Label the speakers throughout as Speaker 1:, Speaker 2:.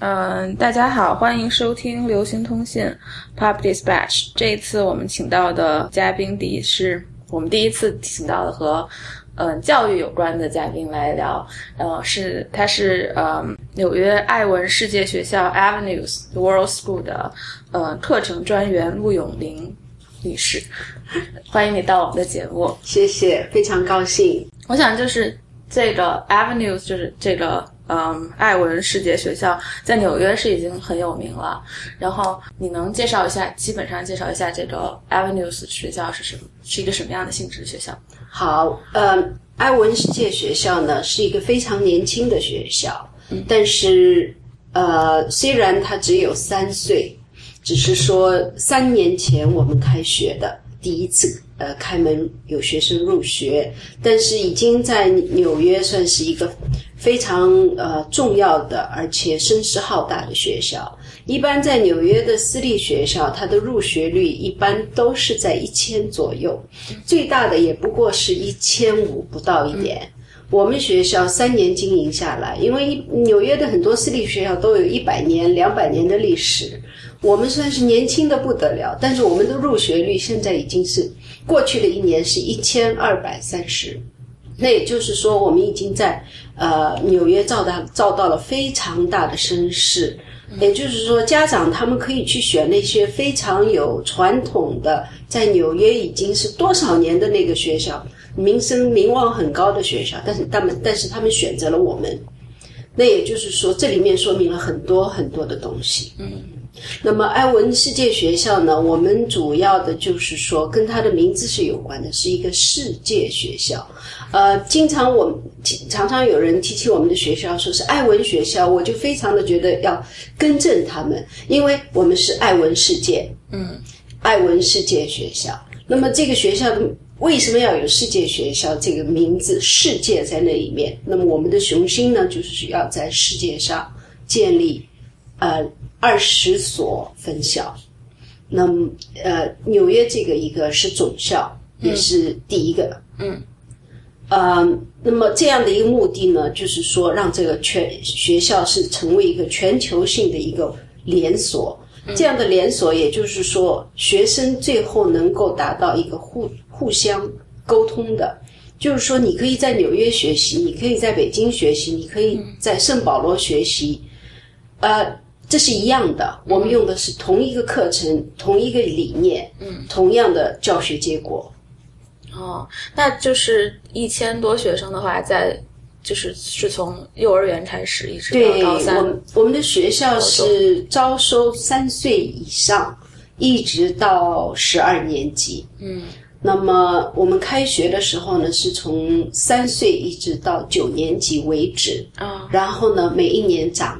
Speaker 1: 嗯，大家好，欢迎收听流行通信 Pop Dispatch。这一次我们请到的嘉宾第一是我们第一次请到的和嗯教育有关的嘉宾来聊，呃，是他是嗯纽约艾文世界学校 Avenues World School 的呃课程专员陆永玲女士，欢迎你到我们的节目。
Speaker 2: 谢谢，非常高兴。
Speaker 1: 我想就是这个 Avenues，就是这个嗯艾文世界学校，在纽约是已经很有名了。然后你能介绍一下，基本上介绍一下这个 Avenues 学校是什么，是一个什么样的性质的学校？
Speaker 2: 好，呃，埃文世界学校呢是一个非常年轻的学校，但是呃，虽然它只有三岁，只是说三年前我们开学的第一次呃开门有学生入学，但是已经在纽约算是一个非常呃重要的而且声势浩大的学校。一般在纽约的私立学校，它的入学率一般都是在一千左右，最大的也不过是一千五不到一点。我们学校三年经营下来，因为纽约的很多私立学校都有一百年、两百年的历史，我们算是年轻的不得了，但是我们的入学率现在已经是过去的一年是一千二百三十，那也就是说，我们已经在呃纽约造大造到了非常大的声势。也就是说，家长他们可以去选那些非常有传统的，在纽约已经是多少年的那个学校，名声名望很高的学校，但是他们但是他们选择了我们。那也就是说，这里面说明了很多很多的东西。嗯，那么埃文世界学校呢，我们主要的就是说，跟它的名字是有关的，是一个世界学校。呃，经常我们常常有人提起我们的学校，说是爱文学校，我就非常的觉得要更正他们，因为我们是爱文世界，
Speaker 1: 嗯，
Speaker 2: 爱文世界学校。那么这个学校的为什么要有世界学校这个名字？世界在那里面。那么我们的雄心呢，就是要在世界上建立呃二十所分校。那么呃，纽约这个一个是总校，也是第一个。呃，那么这样的一个目的呢，就是说让这个全学校是成为一个全球性的一个连锁。这样的连锁，也就是说，学生最后能够达到一个互互相沟通的，就是说，你可以在纽约学习，你可以在北京学习，你可以在圣保罗学习，呃，这是一样的。我们用的是同一个课程，同一个理念，嗯，同样的教学结果。
Speaker 1: 哦，那就是一千多学生的话，在就是是从幼儿园开始一直
Speaker 2: 对，
Speaker 1: 到高
Speaker 2: 我
Speaker 1: 三，
Speaker 2: 们我们的学校是招收三岁以上，一直到十二年级。
Speaker 1: 嗯，
Speaker 2: 那么我们开学的时候呢，是从三岁一直到九年级为止，
Speaker 1: 啊、
Speaker 2: 然后呢，每一年涨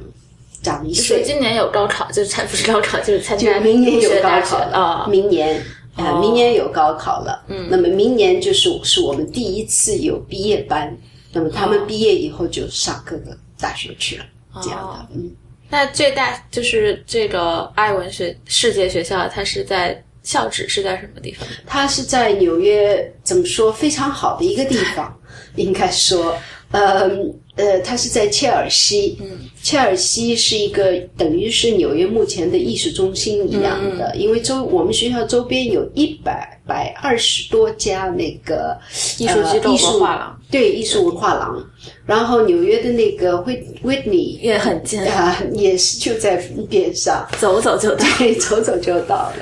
Speaker 2: 涨一
Speaker 1: 所以
Speaker 2: 岁，
Speaker 1: 今年有高考，就是参不是高考，就是参
Speaker 2: 就
Speaker 1: 加
Speaker 2: 明年有高
Speaker 1: 大学
Speaker 2: 考了，
Speaker 1: 啊、
Speaker 2: 明年。呃，
Speaker 1: 哦
Speaker 2: 明年有高考了，嗯，那么明年就是是我们第一次有毕业班，那么他
Speaker 1: 哦
Speaker 2: 们毕业以后就上各个大学去了，这样的
Speaker 1: 哦，
Speaker 2: 嗯。
Speaker 1: 那最大就是这个爱文学世界学校，它是在校址是在什么地方？
Speaker 2: 它是在纽约怎么说非常好的一个地方，应该说，呃呃，它是在切尔西，嗯，切尔西是一个等于是纽约目前的艺术中心一样的，因为周我们学校周边有一百百二十多家那个
Speaker 1: 艺术机构
Speaker 2: 呃
Speaker 1: 和
Speaker 2: 艺术
Speaker 1: 画廊
Speaker 2: 对艺术文化廊，然后纽约的那个惠惠尼
Speaker 1: 也很近，
Speaker 2: 啊也是就在边上，
Speaker 1: 走走就到。
Speaker 2: 对，走走就到了。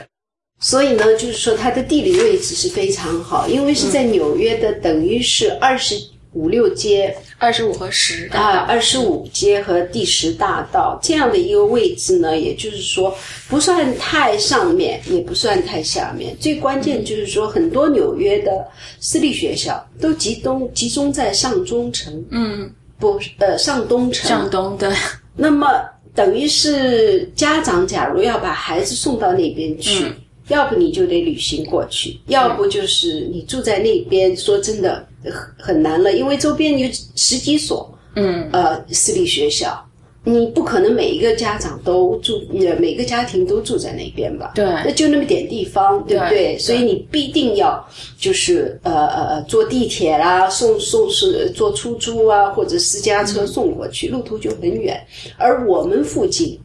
Speaker 2: 所以呢，就是说它的地理位置是非常好，因为是在纽约的，等于是二十五六街
Speaker 1: 二十五和十
Speaker 2: 啊，二十五街和第十大道这样的一个位置呢，也就是说不算太上面，也不算太下面。最关键就是说，很多纽约的私立学校都集中集中在上中城，
Speaker 1: 嗯，
Speaker 2: 不呃上东城，
Speaker 1: 上东对，
Speaker 2: 那么等于是家长，假如要把孩子送到那边去，要不你就得旅行过去，要不就是你住在那边。说真的，很很难了，因为周边有十几所
Speaker 1: 嗯
Speaker 2: 呃私立学校。你不可能每一个家长都住，呃，每个家庭都住在那边吧？
Speaker 1: 对
Speaker 2: 那就那么点地方，对不
Speaker 1: 对
Speaker 2: 对？
Speaker 1: 对
Speaker 2: 所以你必定要就是呃呃呃坐地铁啦，送送是坐出租啊，或者私家车送过去，路途就很远。而我们附近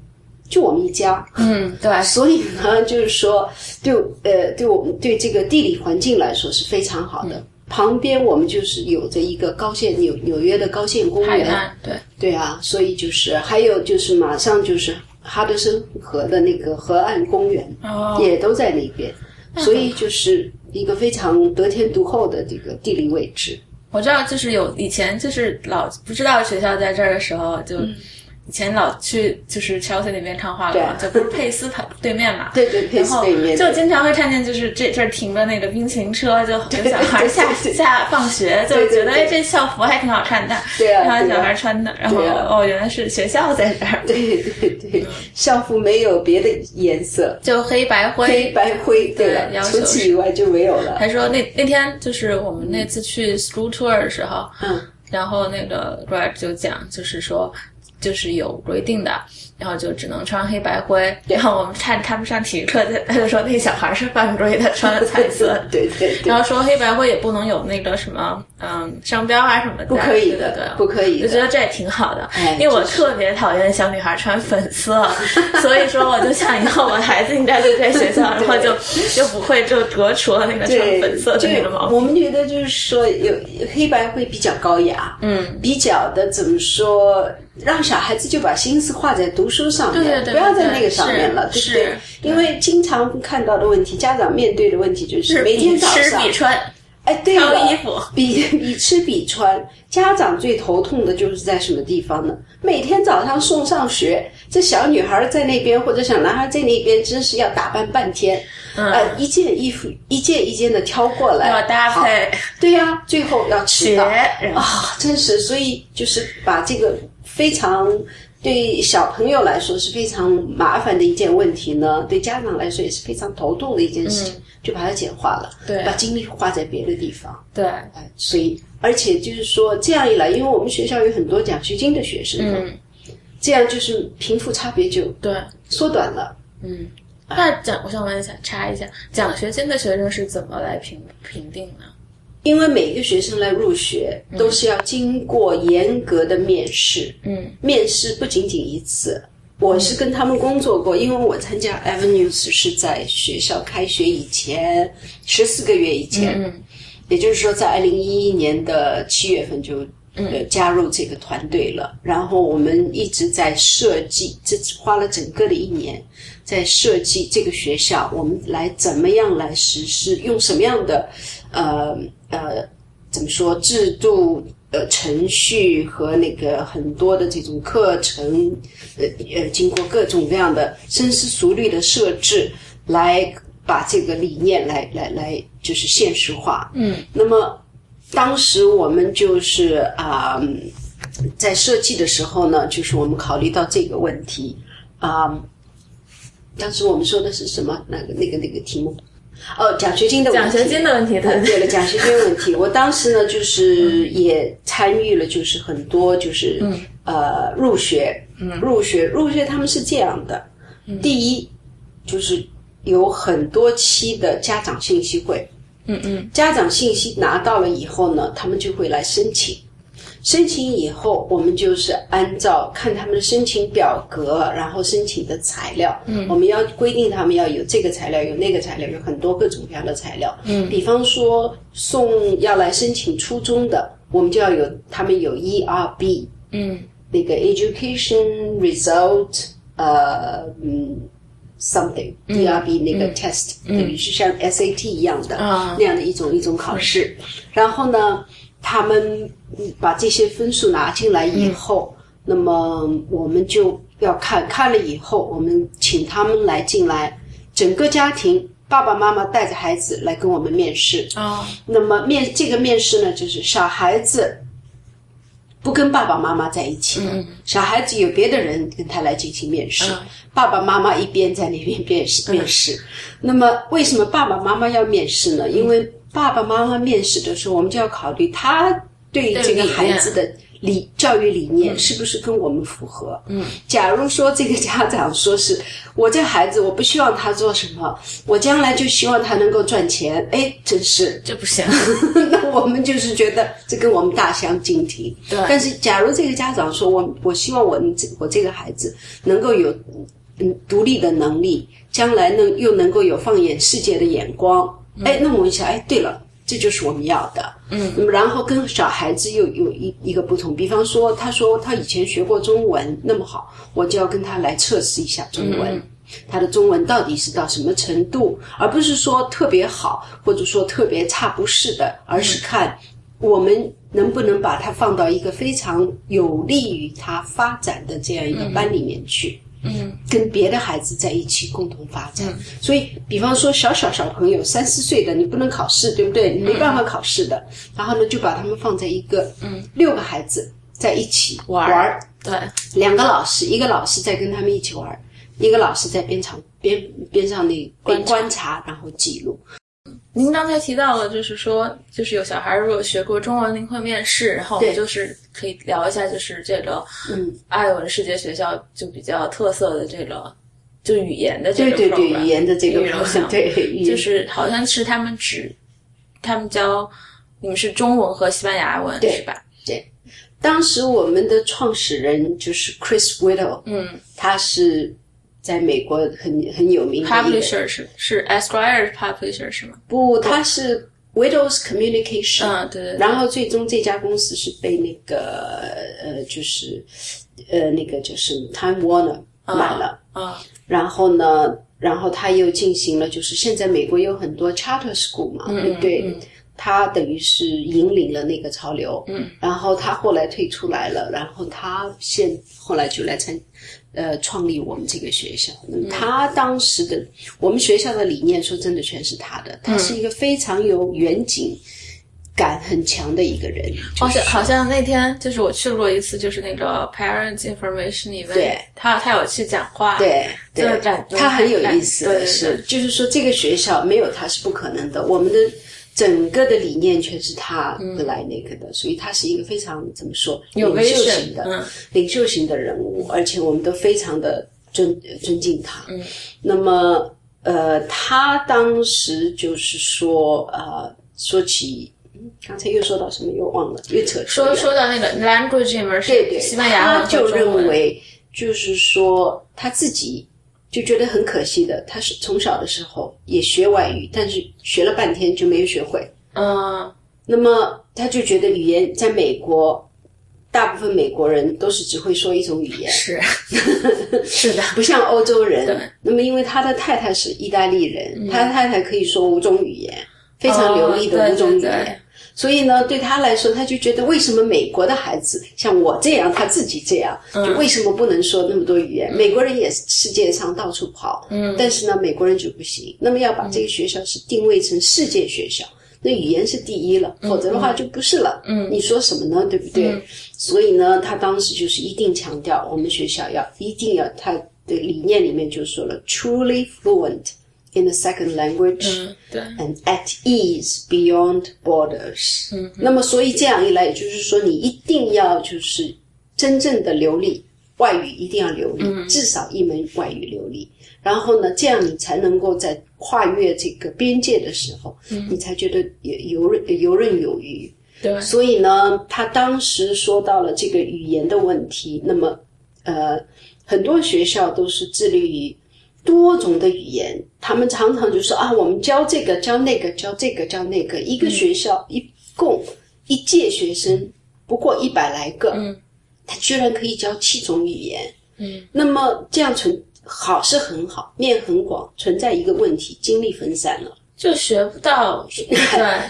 Speaker 2: 就我们一家，
Speaker 1: 嗯，对，
Speaker 2: 所以呢，就是说，对呃，对我们对这个地理环境来说是非常好的。旁边我们就是有着一个高线纽纽约的高线公
Speaker 1: 海
Speaker 2: 园，
Speaker 1: 南，对，
Speaker 2: 对啊，所以就是还有就是马上就是哈德森河的那个河岸公园、
Speaker 1: 哦，
Speaker 2: 也都在那边，所以就是一个非常得天独厚的这个地理位置。
Speaker 1: 我知道，就是有以前就是老不知道学校在这儿的时候，就以前老去就是 Chelsea 那边看画
Speaker 2: 对
Speaker 1: 馆，就不是佩斯旁 对面嘛，
Speaker 2: 对对，佩
Speaker 1: 然
Speaker 2: 斯
Speaker 1: 后
Speaker 2: 对面
Speaker 1: 就经常会看见，就是这这儿停着那个冰淇淋车，就
Speaker 2: 对
Speaker 1: 跟小孩
Speaker 2: 对对
Speaker 1: 下
Speaker 2: 对
Speaker 1: 下放学，就
Speaker 2: 对对
Speaker 1: 觉得
Speaker 2: 对
Speaker 1: 哎这校服还挺好看的，
Speaker 2: 对啊
Speaker 1: 然后
Speaker 2: 对啊
Speaker 1: 小孩穿的，然后
Speaker 2: 对啊
Speaker 1: 哦原来是学校在这儿，
Speaker 2: 对对对，校服没有别的颜色，
Speaker 1: 就黑白灰
Speaker 2: 黑白灰，对了，
Speaker 1: 对要求
Speaker 2: 除此以外就没有了。
Speaker 1: 还说那那天就是我们那次去 school tour 的时候，
Speaker 2: 嗯，。
Speaker 1: 然后那个 Brad 就讲，就是说就是有规定的，然后就只能穿黑白灰。然后我们看看不上体育课，他他就说那小孩是犯规的，穿了彩色的
Speaker 2: 对对对
Speaker 1: 然，后说黑白灰也不能有那个什么，嗯，商标啊什么的，
Speaker 2: 不可以
Speaker 1: 对对
Speaker 2: 的
Speaker 1: 对，
Speaker 2: 不可以
Speaker 1: 我觉
Speaker 2: 的。
Speaker 1: 得这也挺好的，
Speaker 2: 哎
Speaker 1: 因为我
Speaker 2: 真是
Speaker 1: 特别讨厌小女孩穿粉 色，所以说我就想以后我孩子应该就在学校，然后 就就不会就革除了那个穿
Speaker 2: 对，
Speaker 1: 粉色的那个毛
Speaker 2: 对
Speaker 1: 病。
Speaker 2: 我们觉得就是说有黑白会比较高雅，
Speaker 1: 嗯，
Speaker 2: 比较的怎么说，让小孩子就把心思花在读书上面，
Speaker 1: 对对对
Speaker 2: 不要在
Speaker 1: 对
Speaker 2: 那个上面
Speaker 1: 是
Speaker 2: 了，对不对
Speaker 1: 是？
Speaker 2: 因为经常看到的问题，家长面对的问题就是每天
Speaker 1: 比
Speaker 2: 早
Speaker 1: 吃
Speaker 2: 上
Speaker 1: 比，穿，
Speaker 2: 哎，对
Speaker 1: 挑
Speaker 2: 了
Speaker 1: 衣服
Speaker 2: 比比吃比穿，家长最头痛的就是在什么地方呢？每天早上送上学，这小女孩在那边或者小男孩在那边，真是要打扮半天，
Speaker 1: 嗯
Speaker 2: 呃，一件衣服一件一件的挑过来，
Speaker 1: 要搭
Speaker 2: 好，
Speaker 1: 配
Speaker 2: 对呀、最后要迟
Speaker 1: 鞋，
Speaker 2: 到
Speaker 1: 然后
Speaker 2: 啊，真是，所以就是把这个非常。对小朋友来说是非常麻烦的一件问题呢，对家长来说也是非常头痛的一件事情，就把它简化了，
Speaker 1: 嗯对
Speaker 2: 把精力花在别的地方。
Speaker 1: 对，
Speaker 2: 哎，所以而且就是说这样一来，因为我们学校有很多奖学金的学生，
Speaker 1: 嗯，
Speaker 2: 这样就是贫富差别就
Speaker 1: 对。嗯
Speaker 2: 缩短了。
Speaker 1: 那奖，我想问一下，插一下，奖学金的学生是怎么来评评定呢？
Speaker 2: 因为每一个学生来入学都是要经过严格的面试，
Speaker 1: 嗯，
Speaker 2: 面试不仅仅一次。我是跟他们工作过，因为我参加 Avenues 是在学校开学以前十四个月以前，
Speaker 1: 嗯
Speaker 2: 也就是说，在二零一一年的七月份就呃加入这个团队了。然后我们一直在设计，这花了整个的一年在设计这个学校，我们来怎么样来实施，用什么样的呃呃怎么说制度。呃，程序和那个很多的这种课程，呃呃，经过各种各样的深思熟虑的设置，来把这个理念来来来，就是现实化。
Speaker 1: 嗯
Speaker 2: 那么当时我们就是啊、嗯在设计的时候呢，就是我们考虑到这个问题啊、嗯当时我们说的是什么？那个那个那个题目？哦，奖学金的问
Speaker 1: 奖
Speaker 2: 题。
Speaker 1: 学金的问题，对嗯
Speaker 2: 对了，奖学金问题，我当时呢就是也参与了，就是很多就是、
Speaker 1: 嗯
Speaker 2: 呃入学，入学入学他们是这样的，
Speaker 1: 嗯
Speaker 2: 第一就是有很多期的家长信息会，
Speaker 1: 嗯嗯
Speaker 2: 家长信息拿到了以后呢，他们就会来申请。申请以后，我们就是按照看他们的申请表格，然后申请的材料，嗯，我们要规定他们要有这个材料，有那个材料，有很多各种各样的材料，嗯，比方说送要来申请初中的，我们就要有他们有 ERB
Speaker 1: 嗯
Speaker 2: 那个 Education Result 呃嗯 something ERB 那个 test，等于是像 SAT 一样的，
Speaker 1: 啊
Speaker 2: 那样的一种一种考试。然后呢，他们把这些分数拿进来以后，那么我们就要看看了以后，我们请他们来进来，整个家庭爸爸妈妈带着孩子来跟我们面试。
Speaker 1: 哦
Speaker 2: 那么面这个面试呢，就是小孩子不跟爸爸妈妈在一起，
Speaker 1: 嗯
Speaker 2: 小孩子有别的人跟他来进行面试，
Speaker 1: 嗯
Speaker 2: 爸爸妈妈一边在那边面试面试。那么为什么爸爸妈妈要面试呢？因为爸爸妈妈面试的时候，我们就要考虑他对于
Speaker 1: 对
Speaker 2: 这个
Speaker 1: 理念
Speaker 2: 孩子的理教育理念是不是跟我们符合？嗯，假如说这个家长说是我这孩子，我不希望他做什么，我将来就希望他能够赚钱，哎，真是，
Speaker 1: 这不 行。
Speaker 2: 那我们就是觉得这跟我们大相径庭。
Speaker 1: 对
Speaker 2: 但是假如这个家长说我我希望我们这我这个孩子能够有嗯独立的能力，将来呢又能够有放眼世界的眼光，哎，那我们想，哎，对了。这就是我们要的，嗯，那么然后跟小孩子又有一一个不同，比方说，他说他以前学过中文，那么好，我就要跟他来测试一下中文，他的中文到底是到什么程度，而不是说特别好或者说特别差，不是的，而是看我们能不能把它放到一个非常有利于他发展的这样一个班里面去。
Speaker 1: 嗯，
Speaker 2: 跟别的孩子在一起共同发展，所以，比方说小小小朋友三四岁的，你不能考试，对不对？你没办法考试的，然后呢，就把他们放在一个，嗯，六个孩子在一起
Speaker 1: 玩儿
Speaker 2: 玩儿，
Speaker 1: 对，
Speaker 2: 两个老师，一个老师在跟他们一起玩儿，一个老师在边场边边上那边观察，然后记录。
Speaker 1: 您刚才提到了，就是说，就是有小孩如果学过中文，您会面试，然后我们
Speaker 2: 对
Speaker 1: 就是可以聊一下，就是这个
Speaker 2: 嗯，
Speaker 1: 爱文世界学校就比较特色的这个，就语言的这
Speaker 2: 对
Speaker 1: 个
Speaker 2: 对对，
Speaker 1: program
Speaker 2: 语言的这个
Speaker 1: 语言上
Speaker 2: 对，语言
Speaker 1: 就是好像是他们只他们教你们是中文和西班牙文
Speaker 2: 对
Speaker 1: 是吧？
Speaker 2: 当时我们的创始人就是 Chris Whittle，
Speaker 1: 嗯
Speaker 2: 他是在美国很很有名的一个人
Speaker 1: ，publisher 是是 Esquire publisher 是吗？
Speaker 2: 不，他是 Whittles Communication，、
Speaker 1: 嗯，对对对，
Speaker 2: 然后最终这家公司是被那个呃，就是呃那个就是 Time Warner 买了。
Speaker 1: 啊
Speaker 2: 然后呢，然后他又进行了，就是现在美国有很多 charter school 嘛，对不对？他等于是引领了那个潮流，嗯，然后他后来退出来了，然后他现后来就来参，呃，创立我们这个学校。那么他当时的、我们学校的理念，说真的全是他的，他是一个非常有远景感很强的一个人，就
Speaker 1: 好
Speaker 2: 哦是
Speaker 1: 像哦好像那天就是我去过一次，就是那个 Parents Information event，
Speaker 2: 对
Speaker 1: 他他有去讲话，，
Speaker 2: 对
Speaker 1: 这个
Speaker 2: 对
Speaker 1: 感，动
Speaker 2: 他很有意思
Speaker 1: 对
Speaker 2: 的
Speaker 1: 对
Speaker 2: 是，就是说这个学校没有他是不可能的，我们的整个的理念全是他来那个的，所以他是一个非常怎么说
Speaker 1: 嗯有
Speaker 2: 领袖
Speaker 1: vision
Speaker 2: 型的、
Speaker 1: 嗯
Speaker 2: 领袖型的人物，而且我们都非常的尊尊敬他。嗯，那么呃，他当时就是说呃，说起。嗯刚才又说到什么又忘了，又扯出
Speaker 1: 说
Speaker 2: 来了
Speaker 1: 说到那个 language immersion，
Speaker 2: 对对，
Speaker 1: 西班牙文
Speaker 2: 他
Speaker 1: 和
Speaker 2: 就
Speaker 1: 中文
Speaker 2: 认为就是说他自己就觉得很可惜的，他是从小的时候也学外语，但是学了半天就没有学会。
Speaker 1: 嗯
Speaker 2: 那么他就觉得语言在美国，大部分美国人都是只会说一种语言，
Speaker 1: 是是的，
Speaker 2: 不像欧洲人。
Speaker 1: 对嗯
Speaker 2: 那么因为他的太太是意大利人，他的太太可以说五种语言，非常流利的
Speaker 1: 哦
Speaker 2: 五种语
Speaker 1: 对对
Speaker 2: 言。
Speaker 1: 对
Speaker 2: 所以呢，对他来说，他就觉得为什么美国的孩子像我这样，他自己这样，
Speaker 1: 嗯
Speaker 2: 就为什么不能说那么多语言？美国人也是世界上到处跑，嗯，但是呢，美国人就不行。那么要把这个学校是定位成世界学校，那语言是第一了，否则的话就不是了。嗯，你说什么呢？对不对？所以呢，他当时就是一定强调我们学校要一定要他的理念里面就说了，truly fluent in a second language。
Speaker 1: 嗯对，
Speaker 2: and at ease beyond borders。嗯，那么所以这样一来，也就是说，你一定要就是真正的流利外语，一定要流利，
Speaker 1: 嗯
Speaker 2: 至少一门外语流利。然后呢，这样你才能够在跨越这个边界的时候，你才觉得游游刃游刃有余。
Speaker 1: 嗯对
Speaker 2: 所以呢，他当时说到了这个语言的问题，那么呃，很多学校都是致力于多种的语言，他们常常就说啊，我们教这个教那个教这个教那个，
Speaker 1: 嗯
Speaker 2: 一个学校、一共一届学生不过一百来个，
Speaker 1: 嗯
Speaker 2: 他居然可以教七种语言，
Speaker 1: 嗯，
Speaker 2: 那么这样存好是很好，面很广，存在一个问题，精力分散了。
Speaker 1: 就学不到， 对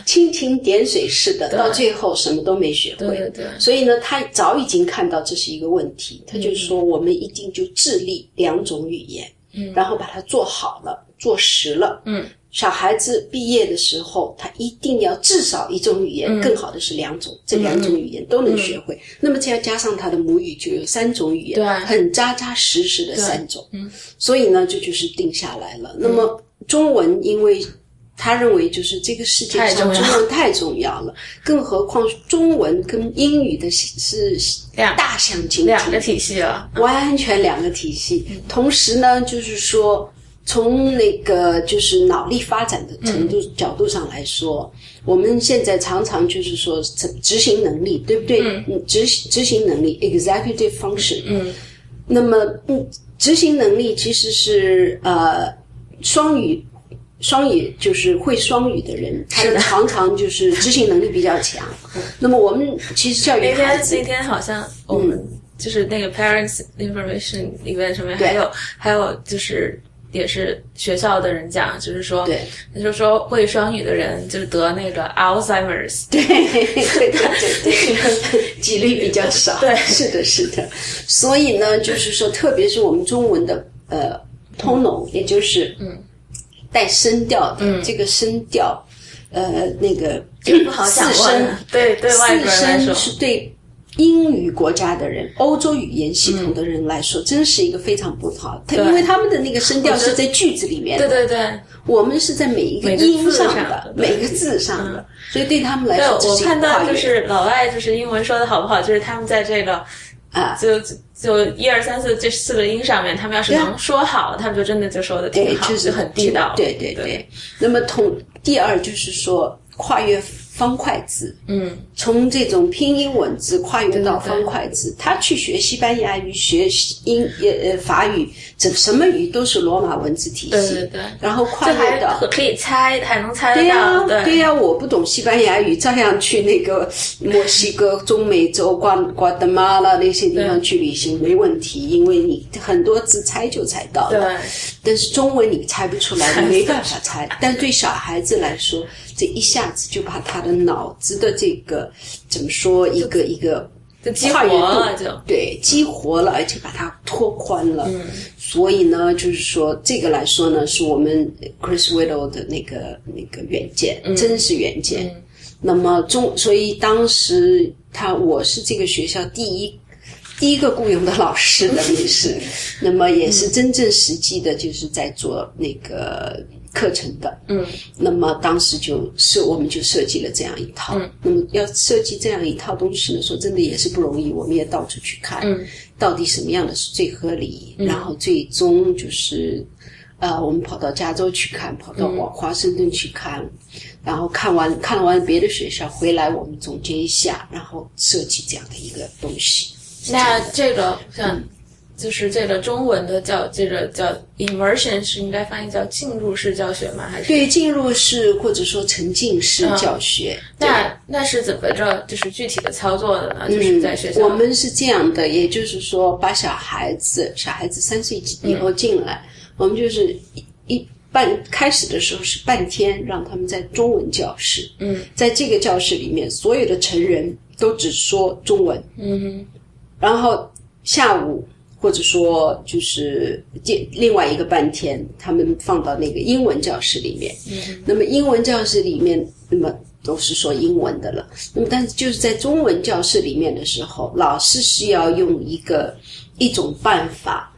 Speaker 2: 蜻蜓点水似的，到最后什么都没学会。
Speaker 1: 对对对，
Speaker 2: 所以呢，他早已经看到这是一个问题，他就说我们一定就致力两种语言，嗯，然后把它做好了，做实了，
Speaker 1: 嗯，
Speaker 2: 小孩子毕业的时候，他一定要至少一种语
Speaker 1: 嗯
Speaker 2: 言，更好的是两种，这两种语言都能学会。那么这样加上他的母语，就有三种语言，
Speaker 1: 对
Speaker 2: 很扎扎实实的三种，嗯，所以呢，这就是定下来了。那么中文因为他认为就是这个世界
Speaker 1: 太
Speaker 2: 上
Speaker 1: 重要
Speaker 2: 中文太重要了，更何况中文跟英语的是是
Speaker 1: 两
Speaker 2: 大相径庭，
Speaker 1: 两个体系啊了，
Speaker 2: 完全两个体系。同时呢，就是说，从那个就是脑力发展的程度、角度上来说，我们现在常常就是说执执行能力，对不对？嗯，执执行能力 （executive function）。
Speaker 1: 嗯，
Speaker 2: 那么嗯，执行能力其实是呃双语。双语就是会双语的人，他
Speaker 1: 是
Speaker 2: 们
Speaker 1: 的
Speaker 2: 常常就是执行能力比较 强。那么我们其实教育
Speaker 1: 那
Speaker 2: 孩
Speaker 1: 天
Speaker 2: 子
Speaker 1: 那天好像我们就是那个 parents information event 上面
Speaker 2: 嗯对
Speaker 1: 还有还有就是也是学校的人讲，就是说
Speaker 2: 对，
Speaker 1: 他就说会双语的人就是得那个 Alzheimer's，
Speaker 2: 对对对对对，几率比较少。
Speaker 1: 对
Speaker 2: 是的，是的。所以呢，就是说，特别是我们中文的呃 tonal，、也就是嗯带声调的、这个声调，呃，那个
Speaker 1: 不好
Speaker 2: 四
Speaker 1: 想
Speaker 2: 声
Speaker 1: 问，对对外国人来
Speaker 2: 四声
Speaker 1: 说，
Speaker 2: 是对英语国家的人、欧洲语言系统的人来说，真是一个非常不好。他
Speaker 1: 对
Speaker 2: 因为他们的那个声调
Speaker 1: 我觉得
Speaker 2: 是在句子里面的
Speaker 1: 对对对。
Speaker 2: 我们是在每一个
Speaker 1: 每个
Speaker 2: 音
Speaker 1: 字上
Speaker 2: 的
Speaker 1: 的，
Speaker 2: 每
Speaker 1: 对嗯
Speaker 2: 个字上的，所以对他们来
Speaker 1: 对，
Speaker 2: 说，这
Speaker 1: 我
Speaker 2: 是一个
Speaker 1: 看到
Speaker 2: 跨越
Speaker 1: 就是老外就是英文说的好不好，就是他们在这个
Speaker 2: 啊，
Speaker 1: 就就一二三四这四个音上面，他们要是
Speaker 2: 对啊
Speaker 1: 能说好，他们就真的嗯就说的
Speaker 2: 对
Speaker 1: 挺，好，
Speaker 2: 就是
Speaker 1: 很地道。
Speaker 2: 对对
Speaker 1: 对
Speaker 2: 对。那么同第二就是说跨越方块字，
Speaker 1: 嗯，
Speaker 2: 从这种拼音文字跨越到
Speaker 1: 对对
Speaker 2: 方块字，他去学西班牙语、学英呃呃法语，这什么语都是罗马文字体系，
Speaker 1: 对对对
Speaker 2: 然后跨
Speaker 1: 这还
Speaker 2: 越到
Speaker 1: 可可以猜，还能猜
Speaker 2: 对
Speaker 1: 得
Speaker 2: 呀、
Speaker 1: 到，
Speaker 2: 对
Speaker 1: 对
Speaker 2: 呀、我不懂西班牙语，照样去那个墨西哥、中美洲、瓜瓜德马拉那些地方
Speaker 1: 对
Speaker 2: 去旅行，没问题，因为你很多字猜就猜到了。
Speaker 1: 对
Speaker 2: 但是中文你猜不出来，你没办法猜。但对小孩子来说，这一下子就把他的脑子的这个怎么说一个一个
Speaker 1: 就激
Speaker 2: 跨
Speaker 1: 活
Speaker 2: 越度
Speaker 1: 了就。嗯
Speaker 2: 对激活了，而且把它拓宽了。所以呢，就是说这个来说呢，是我们 Chris Willow 的那个那个原件，
Speaker 1: 嗯
Speaker 2: 真实原件。那么中，所以当时他我是这个学校第一。第一个雇佣的老师等于 是，那么也
Speaker 1: 嗯
Speaker 2: 是真正实际的，就是在做那个课程的。
Speaker 1: 嗯，
Speaker 2: 那么当时就设，我们就设计了这样一套。
Speaker 1: 嗯
Speaker 2: 那么要设计这样一套东西呢，说真的也是不容易，我们也到处去看，
Speaker 1: 嗯
Speaker 2: 到底什么样的是最合理，然后最终就是，呃，我们跑到加州去看，跑到华华盛顿去看，然后看完看完别的学校回来，我们总结一下，然后设计这样的一个东西。
Speaker 1: 那这个我
Speaker 2: 嗯
Speaker 1: 想，就是这个中文的叫这个叫 immersion 是应该翻译叫浸入式教学吗？还是
Speaker 2: 对，进入式或者说沉浸式
Speaker 1: 嗯
Speaker 2: 教学，对。嗯
Speaker 1: 那那是怎么着？就是具体的操作的呢？就是在学校
Speaker 2: 我们是这样的，也就是说，把小孩子，小孩子三岁以后进来，我们就是一一半开始的时候是半天，让他们在中文教室。
Speaker 1: 嗯，
Speaker 2: 在这个教室里面，所有的成人都只说中文，
Speaker 1: 嗯
Speaker 2: 然后下午或者说就是第另外一个半天，他们放到那个英文教室里面。
Speaker 1: 嗯
Speaker 2: 那么英文教室里面，那么都是说英文的了。那么但是就是在中文教室里面的时候，老师是要用一个一种办法。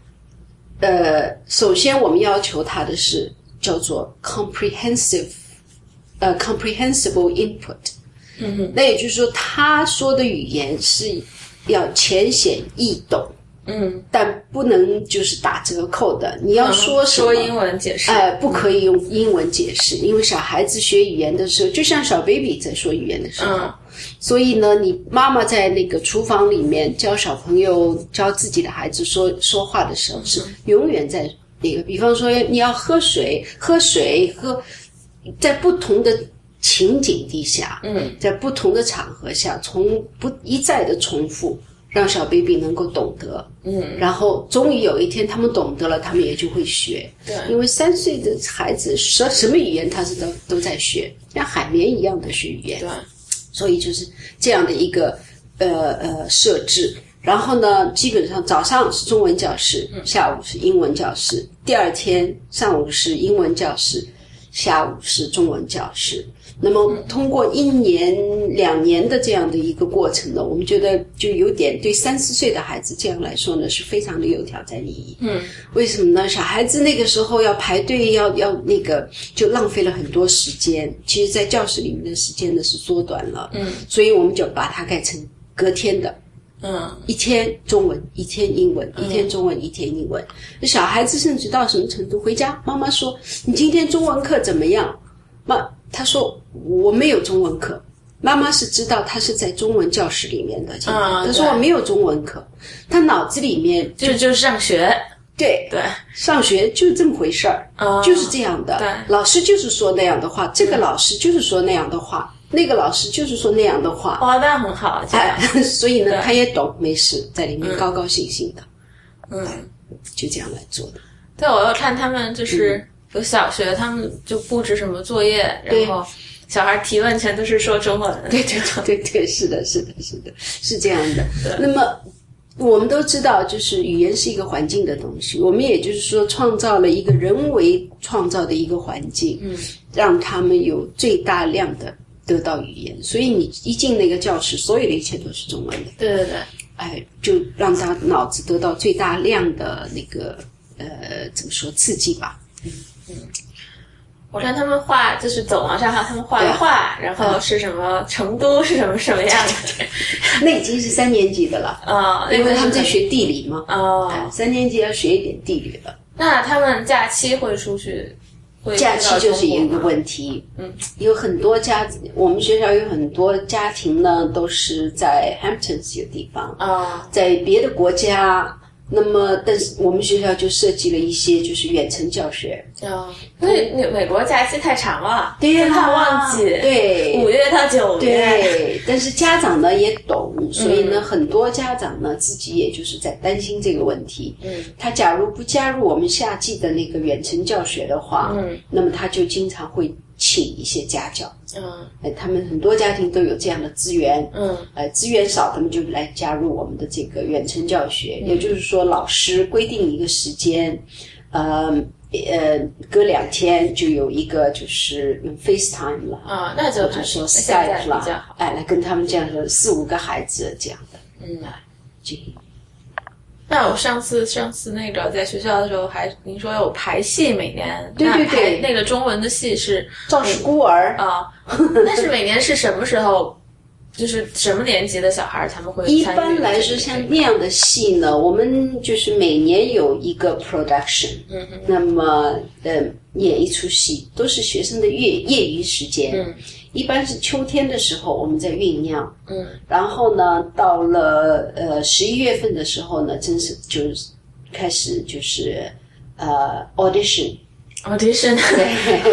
Speaker 2: 呃，首先我们要求他的是叫做 comprehensive，呃 comprehensible input。
Speaker 1: 嗯哼
Speaker 2: 那也就是说，他说的语言是要浅显易懂，
Speaker 1: 嗯，
Speaker 2: 但不能就是打折扣的。你要说什么
Speaker 1: 说英文解释，
Speaker 2: 哎，不可以用英文解释，因为小孩子学语言的时候，就像小 baby 在说语言的时候，
Speaker 1: 嗯
Speaker 2: 所以呢，你妈妈在那个厨房里面教小朋友、教自己的孩子说说话的时候，是永远在那个，比方说你要喝水，喝水，喝，在不同的情景底下，
Speaker 1: 嗯，
Speaker 2: 在不同的场合下，从不一再的重复，让小 baby 能够懂得，
Speaker 1: 嗯，
Speaker 2: 然后终于有一天他们懂得了，他们也就会学，
Speaker 1: 对
Speaker 2: 因为三岁的孩子什什么语言他是都都在学，像海绵一样的学语言，
Speaker 1: 对，
Speaker 2: 所以就是这样的一个呃呃设置。然后呢，基本上早上是中文教室，下午是英文教室，第二天上午是英文教室，下午是中文教室。那么通过一年、两年的这样的一个过程呢，我们觉得就有点对三四岁的孩子这样来说呢，是非常的有挑战意义。
Speaker 1: 嗯，
Speaker 2: 为什么呢？小孩子那个时候要排队，要要那个，就浪费了很多时间。其实，在教室里面的时间呢是缩短了。
Speaker 1: 嗯，
Speaker 2: 所以我们就把它改成隔天的，
Speaker 1: 嗯
Speaker 2: 一天中文，一天英文，一天中文，一天英文。那小孩子甚至到什么程度？回家妈妈说：“你今天中文课怎么样？”妈，他说：“我没有中文课。”妈妈是知道他是在中文教室里面的，
Speaker 1: 啊
Speaker 2: 他说
Speaker 1: 对
Speaker 2: 我没有中文课，他脑子里面
Speaker 1: 就就是上学，
Speaker 2: 对
Speaker 1: 对，
Speaker 2: 上学就这么回事儿，
Speaker 1: 啊
Speaker 2: 就是这样的。
Speaker 1: 对
Speaker 2: 老师就是说那样的话，这个老师就是说那样的话，那个老师就是说那样的话。
Speaker 1: 哇，哦那很好，这样，
Speaker 2: 哎，所以呢
Speaker 1: 对，
Speaker 2: 他也懂，没事，在里面高高兴兴的，
Speaker 1: 嗯。
Speaker 2: 就这样来做的。
Speaker 1: 对，我要看他们就是有小学，他们就布置什么作业，然
Speaker 2: 嗯对
Speaker 1: 后小孩提问全都是说中文。
Speaker 2: 对 对对对对，是的，是的，是的，是这样的。那么。我们都知道，就是语言是一个环境的东西。我们也就是说，创造了一个人为创造的一个环境，
Speaker 1: 嗯，
Speaker 2: 让他们有最大量的得到语言。所以你一进那个教室，所有的一切都是中文的，
Speaker 1: 对对对，
Speaker 2: 哎，就让他脑子得到最大量的那个呃，怎么说刺激吧？
Speaker 1: 我看他们画就是走廊上还有他们画
Speaker 2: 对啊嗯
Speaker 1: 的画，然后是什么成都是什么什么样的，
Speaker 2: 那已经是三年级的了，
Speaker 1: 啊，
Speaker 2: 因为他们在学地理嘛，哎
Speaker 1: 哦，
Speaker 2: 三年级要学一点地理了。
Speaker 1: 那他们假期会出去，会
Speaker 2: 假期就是一个
Speaker 1: 题，
Speaker 2: 问题，
Speaker 1: 嗯，
Speaker 2: 有很多家，我们学校有很多家庭呢，都是在 Hamptons 这个地方，
Speaker 1: 啊，
Speaker 2: 在别的国家。那么，但是我们学校就设计了一些就是远程教学，
Speaker 1: 啊，因为美美国假期太长了，
Speaker 2: 对呀、
Speaker 1: 怕旺季，，五
Speaker 2: 对
Speaker 1: 月到九月，
Speaker 2: 对。但是家长呢也懂，
Speaker 1: 嗯
Speaker 2: 所以呢，很多家长呢自己也就是在担心这个问题。
Speaker 1: 嗯
Speaker 2: 他假如不加入我们夏季的那个远程教学的话，
Speaker 1: 嗯
Speaker 2: 那么他就经常会请一些家教。
Speaker 1: 嗯
Speaker 2: 哎，他们很多家庭都有这样的资源，
Speaker 1: 嗯
Speaker 2: 呃，资源少，他们就来加入我们的这个远程教学，
Speaker 1: 嗯
Speaker 2: 也就是说，老师规定一个时间，呃呃，隔两天就有一个就是用 FaceTime 了，
Speaker 1: 啊，那就
Speaker 2: 或
Speaker 1: 还
Speaker 2: 者
Speaker 1: 是
Speaker 2: 说
Speaker 1: 现在
Speaker 2: Skype
Speaker 1: 比较
Speaker 2: 了
Speaker 1: 好，，
Speaker 2: 哎，来跟他们这样说四五个孩子这样的，
Speaker 1: 嗯。
Speaker 2: 就
Speaker 1: 那我上次上次那个在学校的时候还，您说有排戏，每年
Speaker 2: 对对对
Speaker 1: 那排那个中文的戏是
Speaker 2: 赵氏孤儿。
Speaker 1: 啊，但是每年是什么时候，就是什么年级的小孩儿他们会
Speaker 2: 一
Speaker 1: 参与
Speaker 2: 般来说，
Speaker 1: 这个
Speaker 2: 像那样的戏呢，我们就是每年有一个 production，
Speaker 1: 嗯哼
Speaker 2: 那么呃演一出戏，都是学生的业业余时间，
Speaker 1: 嗯
Speaker 2: 一般是秋天的时候我们在酝酿，
Speaker 1: 嗯
Speaker 2: 然后呢，到了呃十一月份的时候呢，真是就是开始就是呃 audition，
Speaker 1: audition，
Speaker 2: 对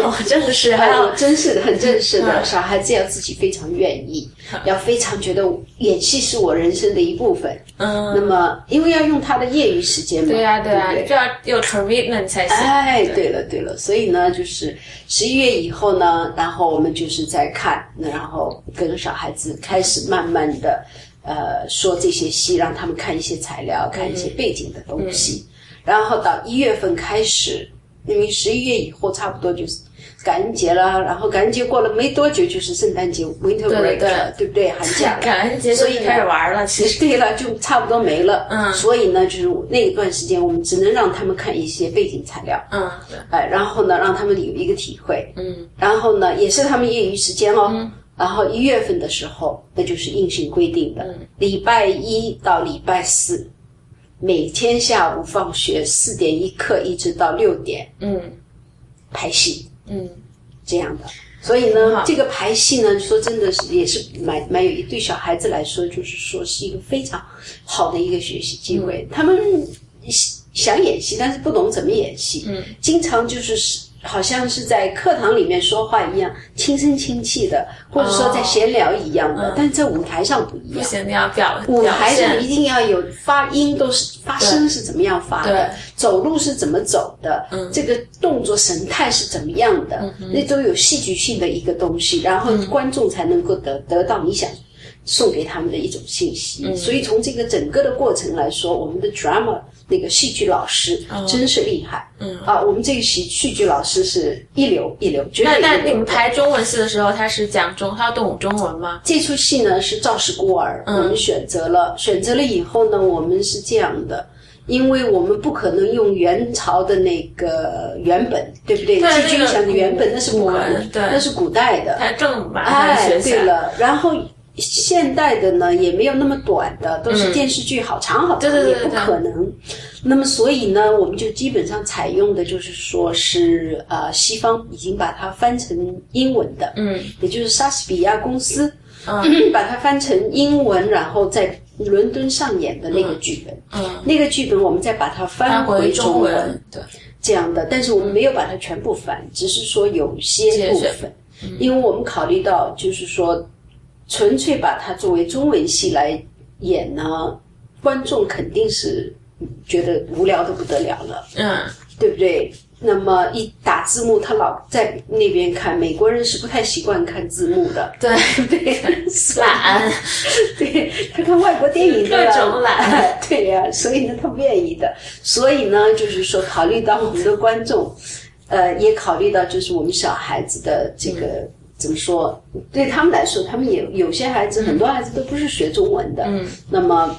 Speaker 1: 哦，真的是还
Speaker 2: 还
Speaker 1: 有
Speaker 2: 有真是的，很正式的，
Speaker 1: 嗯
Speaker 2: 小孩子要自己非常愿意，要非常觉得演戏是我人生的一部分。那
Speaker 1: 嗯，
Speaker 2: 么，因为要用他的业余时间嘛，
Speaker 1: 对呀啊对呀，
Speaker 2: 不
Speaker 1: 你就要有 commitment 才行。
Speaker 2: 哎，对了对了，所以呢，就是十一月以后呢，然后我们就是在看，那然后跟小孩子开始慢慢的，呃，说这些戏，让他们看一些材料，看一些背景的东
Speaker 1: 嗯
Speaker 2: 西，然后到一月份开始，因为十一月以后差不多就是感恩节了，然后感恩节过了没多久就是圣诞节 （winter
Speaker 1: 对
Speaker 2: break）
Speaker 1: 对
Speaker 2: 了，对不对？寒假了。
Speaker 1: 感恩节就
Speaker 2: 所以呢
Speaker 1: 开始玩了，其实
Speaker 2: 对了，就差不多没了。
Speaker 1: 嗯
Speaker 2: 所以呢，就是那一段时间，我们只能让他们看一些背景材料。
Speaker 1: 嗯对
Speaker 2: 哎，然后呢，让他们有一个体会，
Speaker 1: 嗯
Speaker 2: 然后呢，也是他们业余时间哦。然后一月份的时候，那就是硬性规定的，礼拜一到礼拜四，每天下午放学四点一刻一直到六点
Speaker 1: 嗯
Speaker 2: 排戏
Speaker 1: 嗯
Speaker 2: 这样的。所以
Speaker 1: 很
Speaker 2: 呢
Speaker 1: 嗯好，
Speaker 2: 这个排戏呢，说真的是也是蛮蛮有益，对小孩子来说，就是说是一个非常好的一个学习机会。
Speaker 1: 嗯
Speaker 2: 他们想演戏，但是不懂怎么演戏。
Speaker 1: 嗯，
Speaker 2: 经常就是好像是在课堂里面说话一样，轻声轻气的，或者说
Speaker 1: 哦
Speaker 2: 在闲聊一样
Speaker 1: 嗯
Speaker 2: 的，但在舞台上不一
Speaker 1: 不
Speaker 2: 样。
Speaker 1: 行，你要表
Speaker 2: 舞
Speaker 1: 表
Speaker 2: 台上
Speaker 1: 现
Speaker 2: 一定要有发音，都是发声是怎么样发
Speaker 1: 对嗯
Speaker 2: 的，走路是怎么走的，这个动作神态是怎么样
Speaker 1: 嗯
Speaker 2: 的，那都有戏剧性的一个东西，然后观众才能够得得到你想送给他们的一种信息。
Speaker 1: 嗯
Speaker 2: 所以从这个整个的过程来说，我们的 drama 那个戏剧老师
Speaker 1: 哦
Speaker 2: 真是厉害。嗯啊，我们这个戏戏剧老师是一流一流，绝对
Speaker 1: 那
Speaker 2: 一流
Speaker 1: 那
Speaker 2: 的。
Speaker 1: 你们排中文戏的时候，他是讲中，他要懂中文吗？
Speaker 2: 这出戏呢是《赵氏孤儿》，
Speaker 1: 嗯
Speaker 2: 我们选择了，选择了以后呢，我们是这样的，因为我们不可能用元朝的那个原本，对不对？
Speaker 1: 对
Speaker 2: 季军
Speaker 1: 那个
Speaker 2: 想的原本那是不可
Speaker 1: 古
Speaker 2: 能
Speaker 1: 文，对
Speaker 2: 那是古代的。
Speaker 1: 他正把它
Speaker 2: 哎
Speaker 1: 学，起
Speaker 2: 对
Speaker 1: 来。
Speaker 2: 了，然后现代的呢也没有那么短的，都是电视剧好长好长，
Speaker 1: 嗯对对对
Speaker 2: 也
Speaker 1: 对
Speaker 2: 不
Speaker 1: 对
Speaker 2: 可能。那么所以呢，我们就基本上采用的就是说是呃，西方已经把它翻成英文的，
Speaker 1: 嗯，
Speaker 2: 也就是莎士比亚公司、把它翻成英文，然后在伦敦上演的那个剧本，
Speaker 1: 嗯，
Speaker 2: 那个剧本我们再把它翻
Speaker 1: 翻回
Speaker 2: 中
Speaker 1: 中文，嗯对，
Speaker 2: 这样的，但是我们没有把它全部翻，只是说有些部
Speaker 1: 节
Speaker 2: 分，
Speaker 1: 嗯
Speaker 2: 因为我们考虑到就是说，纯粹把它作为中文戏来演呢，观众肯定是觉得无聊的不得了了，
Speaker 1: 嗯
Speaker 2: 对不对？那么一打字幕，他老在那边看，美国人是不太习惯看字幕的，
Speaker 1: 对，
Speaker 2: 对，所以
Speaker 1: 懒，
Speaker 2: 对 他看外国电影的呀
Speaker 1: 各种懒
Speaker 2: 哎 对呀、所以呢，他不愿意的。所以呢，就是说，考虑到我们的观众，呃，也考虑到就是我们小孩子的这个、
Speaker 1: 嗯
Speaker 2: 怎么说，对他们来说，他们也有些孩子，很多孩子都不是学中文的，
Speaker 1: 嗯，
Speaker 2: 那么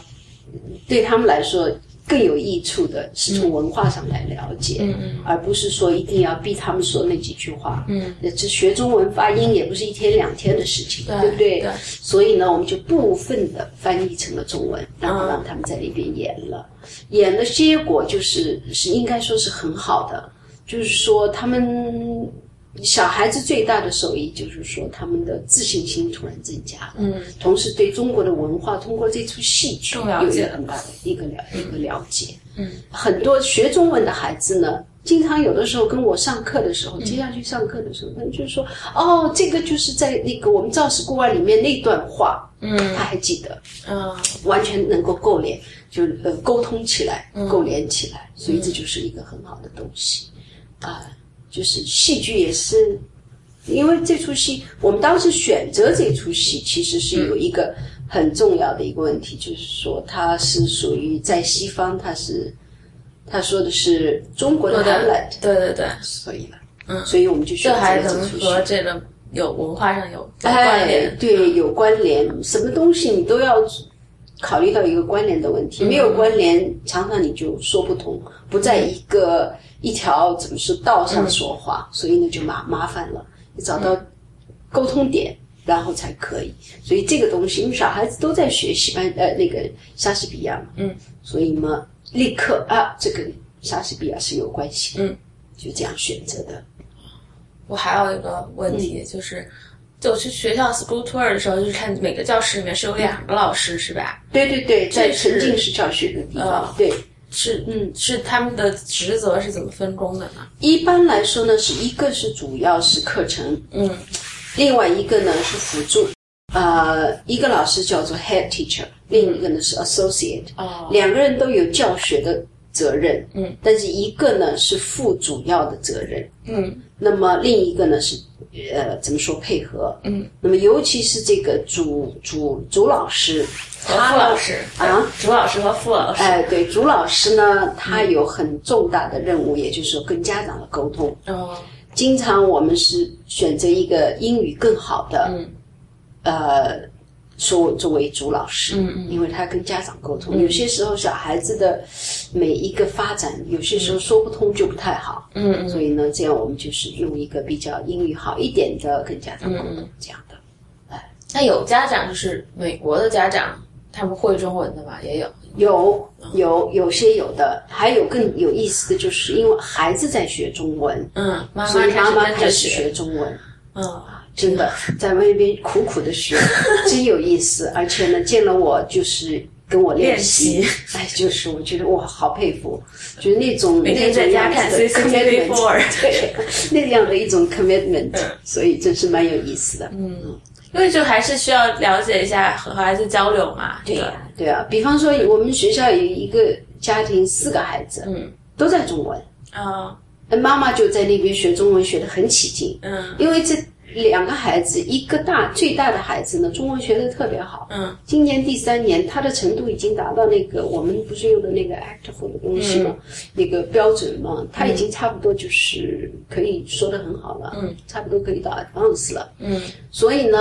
Speaker 2: 对他们来说更有益处的是从文化上来了解，
Speaker 1: 嗯嗯
Speaker 2: 而不是说一定要逼他们说那几句话。
Speaker 1: 嗯，
Speaker 2: 这学中文发音也不是一天两天的事情，
Speaker 1: 对
Speaker 2: 不对？
Speaker 1: 对
Speaker 2: 所以呢，我们就部分的翻译成了中文，然后让他们在里边演了，演的结果就是是应该说是很好的，就是说他们小孩子最大的受益就是说他们的自信心突然增加了，
Speaker 1: 嗯，
Speaker 2: 同时对中国的文化通过这出戏剧
Speaker 1: 更了
Speaker 2: 有一
Speaker 1: 解
Speaker 2: 个
Speaker 1: 了
Speaker 2: 很大的一个了一个了解，
Speaker 1: 嗯，
Speaker 2: 很多学中文的孩子呢。经常有的时候跟我上课的时
Speaker 1: 嗯
Speaker 2: 候，接下去上课的时候，他们就说：“哦，这个就是在那个我们《赵氏孤儿》里面那段话，
Speaker 1: 嗯
Speaker 2: 他还记得，
Speaker 1: 嗯，
Speaker 2: 完全能够勾连，就呃沟通起来，勾连起来，所以这就是一个很好的东西啊、就是戏剧也是，因为这出戏我们当时选择这出戏，其实是有一个很重要的一个问题，就是说它是属于在西方，它是他说的是中国的
Speaker 1: 对
Speaker 2: Hamlet，
Speaker 1: 对对对，
Speaker 2: 所以了，
Speaker 1: 嗯
Speaker 2: 所以我们就选
Speaker 1: 这还
Speaker 2: 择了
Speaker 1: 能
Speaker 2: 这出戏。
Speaker 1: 和这个有文化上有有关
Speaker 2: 哎
Speaker 1: 联，，嗯
Speaker 2: 对，有关联，什么东西你都要考虑到一个关联的问
Speaker 1: 嗯
Speaker 2: 题，没有关联，常常你就说不通，不在一
Speaker 1: 嗯
Speaker 2: 个一条怎么说道上说话，所以呢就麻麻烦了，你找
Speaker 1: 嗯
Speaker 2: 到沟通点。然后才可以，所以这个东西，因为小孩子都在学西班呃那个莎士比亚嘛，
Speaker 1: 嗯，
Speaker 2: 所以嘛，立刻啊，这跟莎士比亚是有关系，
Speaker 1: 嗯，
Speaker 2: 就这样选择的，
Speaker 1: 我还有一个
Speaker 2: 嗯
Speaker 1: 问题、就是。就我去学校 school tour 的时候，就是看每个教室里面是有两个老师，是吧？
Speaker 2: 对对对，在
Speaker 1: 这是
Speaker 2: 沉浸式教学的地方
Speaker 1: 呃，
Speaker 2: 对，
Speaker 1: 是，
Speaker 2: 嗯
Speaker 1: 是他们的职责是怎么分工的呢？
Speaker 2: 一般来说呢，是一个是主要是课程，
Speaker 1: 嗯
Speaker 2: 另外一个呢是辅助。呃，一个老师叫做 head teacher，另一
Speaker 1: 嗯
Speaker 2: 个呢是 associate，、
Speaker 1: 哦
Speaker 2: 两个人都有教学的责任，
Speaker 1: 嗯，
Speaker 2: 但是一个呢是负主要的责任，
Speaker 1: 嗯
Speaker 2: 那么另一个呢是呃怎么说配合，
Speaker 1: 嗯，
Speaker 2: 那么尤其是这个主主主老师，
Speaker 1: 和
Speaker 2: 他
Speaker 1: 副老师
Speaker 2: 啊，
Speaker 1: 主老师和副老师，
Speaker 2: 哎、对，主老师呢他
Speaker 1: 嗯
Speaker 2: 有很重大的任务，也就是说跟家长的沟通，
Speaker 1: 哦，
Speaker 2: 经常我们是选择一个英语更好的，
Speaker 1: 嗯
Speaker 2: 呃，说作为主老师，
Speaker 1: 嗯嗯
Speaker 2: 因为他跟家长沟通，有些时候小孩子的每一个发展，有些时候说不通就不太好，
Speaker 1: 嗯嗯，
Speaker 2: 所以呢，这样我们就是用一个比较英语好一点的跟家长沟通，
Speaker 1: 嗯
Speaker 2: 这样的。
Speaker 1: 那有家长就是美国的家长，他们会中文的吧？也有，
Speaker 2: 有有有些有的，还有更有意思的就是，因为孩子在学中文，
Speaker 1: 嗯，妈妈
Speaker 2: 所以妈妈
Speaker 1: 开
Speaker 2: 开
Speaker 1: 始跟
Speaker 2: 始
Speaker 1: 着，
Speaker 2: 学中文。
Speaker 1: 嗯
Speaker 2: 真的在外边苦苦 的学，真有意思。而且呢，见了我就是跟我练习，
Speaker 1: 练
Speaker 2: 哎，就是我觉得哇，好佩服，就是那种
Speaker 1: 每天
Speaker 2: 那种
Speaker 1: 在家
Speaker 2: 样子
Speaker 1: 看
Speaker 2: 的
Speaker 1: CCTV
Speaker 2: commitment，对，那样的一种 commitment，所
Speaker 1: 嗯
Speaker 2: 以真是蛮有意思的。
Speaker 1: 因为就还是需要了解一下和孩子交流嘛，对
Speaker 2: 对呀、对啊。比方说，我们学校有一个家庭四个孩子，
Speaker 1: 嗯，
Speaker 2: 都在中文，
Speaker 1: 啊
Speaker 2: 那妈妈就在那边学中文，学得很起劲，
Speaker 1: 嗯
Speaker 2: 因为这两个孩子，一个大最大的孩子呢，中文学的特别好。
Speaker 1: 嗯，
Speaker 2: 今年第三年，他的程度已经达到那个我们不是用的那个 ACT 的东西嘛，
Speaker 1: 嗯
Speaker 2: 那个标准嘛，他已经差不多就是可以说的很好了，
Speaker 1: 嗯，
Speaker 2: 差不多可以到 advance 了。
Speaker 1: 嗯
Speaker 2: 所以呢，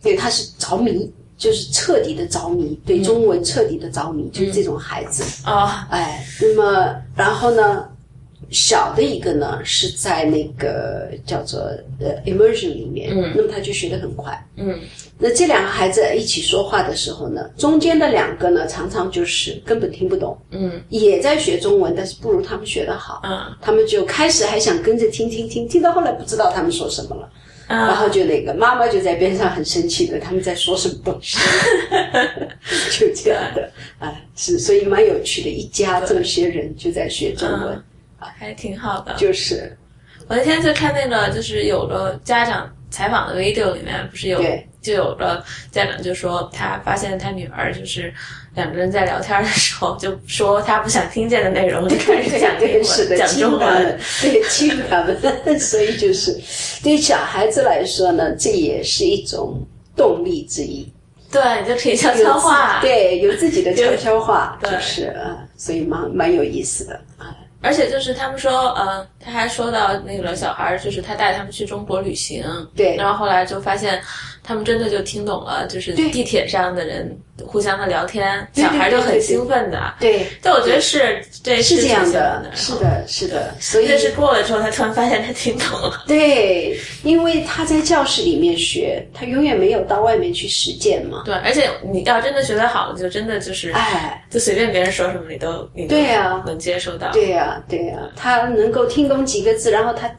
Speaker 2: 对他是着迷，就是彻底的着迷，对中文彻底的着
Speaker 1: 嗯
Speaker 2: 迷，就是这种孩子。
Speaker 1: 啊
Speaker 2: 哎，那么然后呢，小的一个呢是在那个叫做呃 immersion 里面，
Speaker 1: 嗯
Speaker 2: 那么他就学得很快。
Speaker 1: 嗯
Speaker 2: 那这两个孩子一起说话的时候呢，中间的两个呢，常常就是根本听不懂，
Speaker 1: 嗯
Speaker 2: 也在学中文，但是不如他们学得好。
Speaker 1: 啊
Speaker 2: 他们就开始还想跟着听听听，听到后来不知道他们说什么了，
Speaker 1: 啊嗯
Speaker 2: 然后就那个妈妈就在边上很生气的，他们在说什么东西，就这样的，哎，是，所以蛮有趣的，一家这些人就在学中文
Speaker 1: 嗯，还挺好的。
Speaker 2: 就是
Speaker 1: 我那天就看那个，就是有个家长采访的 video 里面，不是有
Speaker 2: 对
Speaker 1: 就有个家长就说，他发现他女儿就是两个人在聊天的时候，就说他不想听见的内容，就开 始讲英
Speaker 2: 对，是
Speaker 1: 文、
Speaker 2: 的，
Speaker 1: 讲
Speaker 2: 亲
Speaker 1: 中
Speaker 2: 他
Speaker 1: 文
Speaker 2: 们。，对，亲他们，所以就是对小孩子来说呢，这也是一种动力之一，
Speaker 1: 对，你就可以悄
Speaker 2: 有
Speaker 1: 悄话。
Speaker 2: 自，对，有自己的悄悄 话，
Speaker 1: 对
Speaker 2: 就是啊，所以蛮蛮有意思的啊，
Speaker 1: 而且就是他们说，呃，他还说到那个小孩儿，就是他带他们去中国旅行，
Speaker 2: 对
Speaker 1: 然后后来就发现，他们真的就听懂了，就是
Speaker 2: 对
Speaker 1: 地铁上的人互相的聊天，
Speaker 2: 对
Speaker 1: 小孩儿就
Speaker 2: 对
Speaker 1: 很
Speaker 2: 对对
Speaker 1: 兴奋的。
Speaker 2: 对。
Speaker 1: 对，我觉得是对，
Speaker 2: 是这样的
Speaker 1: 的，，
Speaker 2: 是。的，是的，所以
Speaker 1: 这是过了之后，他突然发现他听懂 了。
Speaker 2: 对，因为他在教室里面学，他永远没有到外面去实践嘛。
Speaker 1: 对，而且你要真的学得好，就真的就是，
Speaker 2: 哎，
Speaker 1: 就随便别人说什么，你都你都
Speaker 2: 对啊
Speaker 1: 能接受到。
Speaker 2: 对呀、对呀、他能够听懂几个字，然后他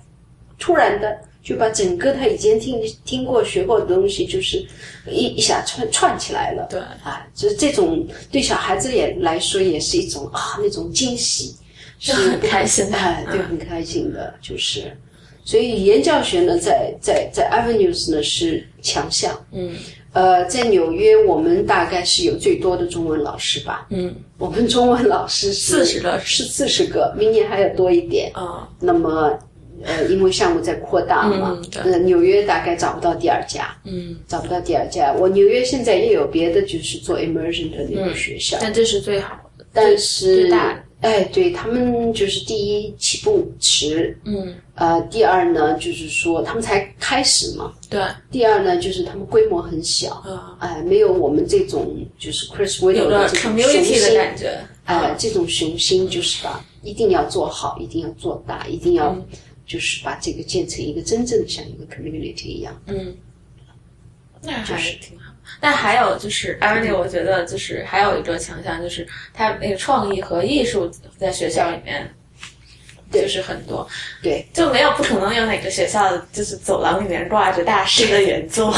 Speaker 2: 突然的就把整个他以前听听过、学过的东西，就是一一下串串起来了。
Speaker 1: 对
Speaker 2: 啊，就是这种对小孩子也来说也是一种啊那种 惊喜，是
Speaker 1: 很开心的
Speaker 2: 哎，对，
Speaker 1: 嗯
Speaker 2: 很开心的，就是。所以语言教学呢，在在在 Avenues 呢是强项，
Speaker 1: 嗯
Speaker 2: 呃，在纽约我们大概是有最多的中文老师吧，
Speaker 1: 嗯
Speaker 2: 我们中文老师是
Speaker 1: 40个
Speaker 2: 是四十个，明年还要多一点。
Speaker 1: 啊
Speaker 2: 那么，呃，因为项目在扩大嘛
Speaker 1: 嗯，对
Speaker 2: 呃，纽约大概找不到第二家，
Speaker 1: 嗯，
Speaker 2: 找不到第二家。我纽约现在也有别的，就是做 immersion 的那个学校，
Speaker 1: 但这是最好的，
Speaker 2: 但
Speaker 1: 嗯最
Speaker 2: 是
Speaker 1: 大的，
Speaker 2: 哎，对他们就是第一起步迟，
Speaker 1: 嗯，
Speaker 2: 呃，第二呢就是说他们才开始嘛，
Speaker 1: 对
Speaker 2: 第二呢就是他们规模很小，
Speaker 1: 啊，
Speaker 2: 哎，没有我们这种就是 Chris w i d o
Speaker 1: 有
Speaker 2: w
Speaker 1: 了
Speaker 2: 的这种雄
Speaker 1: community 的
Speaker 2: 心
Speaker 1: 感觉。
Speaker 2: 呃，这种雄心就是把一定要做好，一定要做大，一定
Speaker 1: 嗯
Speaker 2: 要就是把这个建成一个真正的像一个 community 一样。
Speaker 1: 嗯，那还
Speaker 2: 就是
Speaker 1: 是挺好。但还有就是艾文 n 我觉得就是还有一个强项，就是他那个创意和艺术在学校里面
Speaker 2: 对
Speaker 1: 就是很多，
Speaker 2: 对，
Speaker 1: 就没有不可能有哪个学校就是走廊里面挂着大师的原作。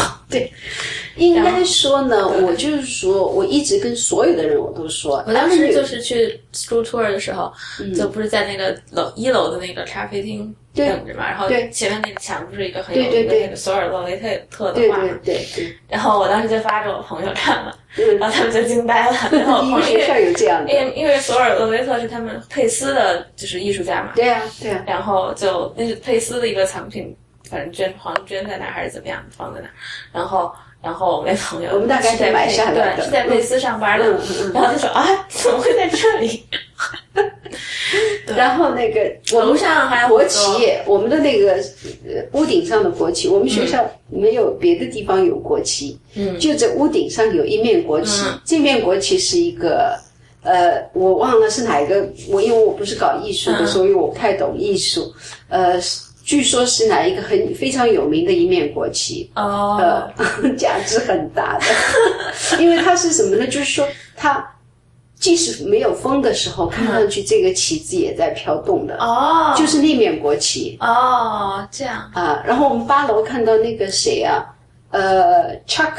Speaker 2: 应该说呢，
Speaker 1: 对
Speaker 2: 我就是说，我一直跟所有的人我都说，
Speaker 1: 我当时就是是去 school tour 的时候，就不是在那个楼一楼的那个咖啡厅
Speaker 2: 对
Speaker 1: 等着嘛，然后
Speaker 2: 对
Speaker 1: 前面那个墙不是一个很有
Speaker 2: 对对
Speaker 1: 名的
Speaker 2: 对
Speaker 1: 那个索尔洛维特特
Speaker 2: 对
Speaker 1: 的画嘛，
Speaker 2: 对对对，
Speaker 1: 然后我当时就发给我朋友看了，
Speaker 2: 嗯
Speaker 1: 然后他们就惊呆 了，然后我
Speaker 2: 第一
Speaker 1: 朋友
Speaker 2: 个学校有这样
Speaker 1: 因
Speaker 2: 的，
Speaker 1: 为因为索尔洛维特是他们佩斯的，就是艺术家嘛，
Speaker 2: 对啊对啊，
Speaker 1: 然后就那是佩斯的一个藏品，反正捐好像捐在哪儿还是怎么样放在哪儿，然后然后我那朋友
Speaker 2: 我们大概是
Speaker 1: 是在
Speaker 2: 买
Speaker 1: 佩
Speaker 2: 下来的
Speaker 1: 对，是在佩斯上班的，
Speaker 2: 嗯嗯嗯
Speaker 1: 然后就说啊，怎么会在这里？
Speaker 2: 然后那个我
Speaker 1: 楼
Speaker 2: 们
Speaker 1: 上还有
Speaker 2: 国
Speaker 1: 很多
Speaker 2: 旗，我们的那个呃屋顶上的国旗，我们学校没有别的地方有国旗，
Speaker 1: 嗯
Speaker 2: 就这屋顶上有一面国旗，
Speaker 1: 嗯
Speaker 2: 这面国旗是一个。呃，我忘了是哪一个，我因为我不是搞艺术的，
Speaker 1: 嗯
Speaker 2: 所以我不太懂艺术。呃，据说是哪一个很非常有名的一面国旗，
Speaker 1: 哦
Speaker 2: 呃， 价值很大的， 因为它是什么呢？就是说它即使没有风的时候，看上去这个旗子也在飘动的，
Speaker 1: 哦，
Speaker 2: 就是那面国旗
Speaker 1: 哦这样
Speaker 2: 啊。然后我们八楼看到那个谁啊，呃，Chuck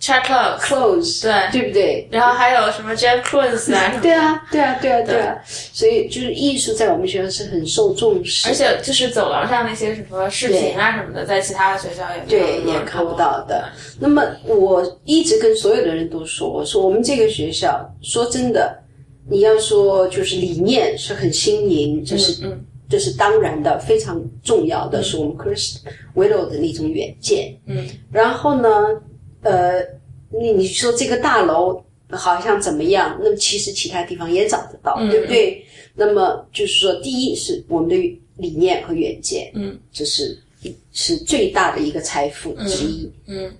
Speaker 1: ，check out
Speaker 2: Close，
Speaker 1: 对，
Speaker 2: 对不对？
Speaker 1: 然后还有什么 Jeff Koons 啊什么。
Speaker 2: 对啊，对啊，对啊，对啊，所以就是艺术在我们学校是很受重视，
Speaker 1: 而且就是走廊上那些什么视频啊什么的，在其他的学校也没有
Speaker 2: 对，
Speaker 1: 那么
Speaker 2: 也看不
Speaker 1: 多
Speaker 2: 到的。那么我一直跟所有的人都说，我说我们这个学校，说真的，你要说就是理念是很新颖，就是
Speaker 1: 嗯
Speaker 2: 这是当然的，非常重要的是我们 Chris Willow 的那种远见。
Speaker 1: 嗯，
Speaker 2: 然后呢，呃，你你说这个大楼好像怎么样？那么其实其他地方也找得到，
Speaker 1: 嗯
Speaker 2: 对不对？那么就是说，第一是我们的理念和远见，
Speaker 1: 嗯，
Speaker 2: 这是是最大的一个财富之一。
Speaker 1: 嗯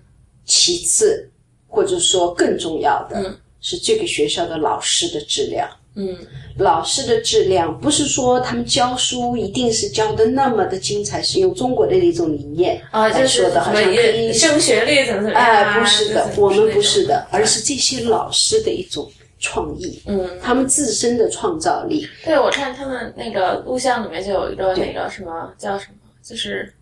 Speaker 2: 其次，或者说更重要的、
Speaker 1: 嗯
Speaker 2: 是这个学校的老师的质量。
Speaker 1: 嗯
Speaker 2: 老师的质量不是说他们教书一定是教的那么的精彩，是用中国的那种理念
Speaker 1: 啊，就
Speaker 2: 来
Speaker 1: 是
Speaker 2: 哎说
Speaker 1: 什
Speaker 2: 的，好
Speaker 1: 么
Speaker 2: 像可以
Speaker 1: 也升学率怎么怎么样
Speaker 2: 哎、
Speaker 1: 啊？
Speaker 2: 不是的
Speaker 1: 就，
Speaker 2: 我们不是
Speaker 1: 那种
Speaker 2: 的，而是这些老师的一种创意，
Speaker 1: 嗯。
Speaker 2: 他们自身的创造力。
Speaker 1: 对，我看他们那个录像里面就有一个那个什么叫什么，就是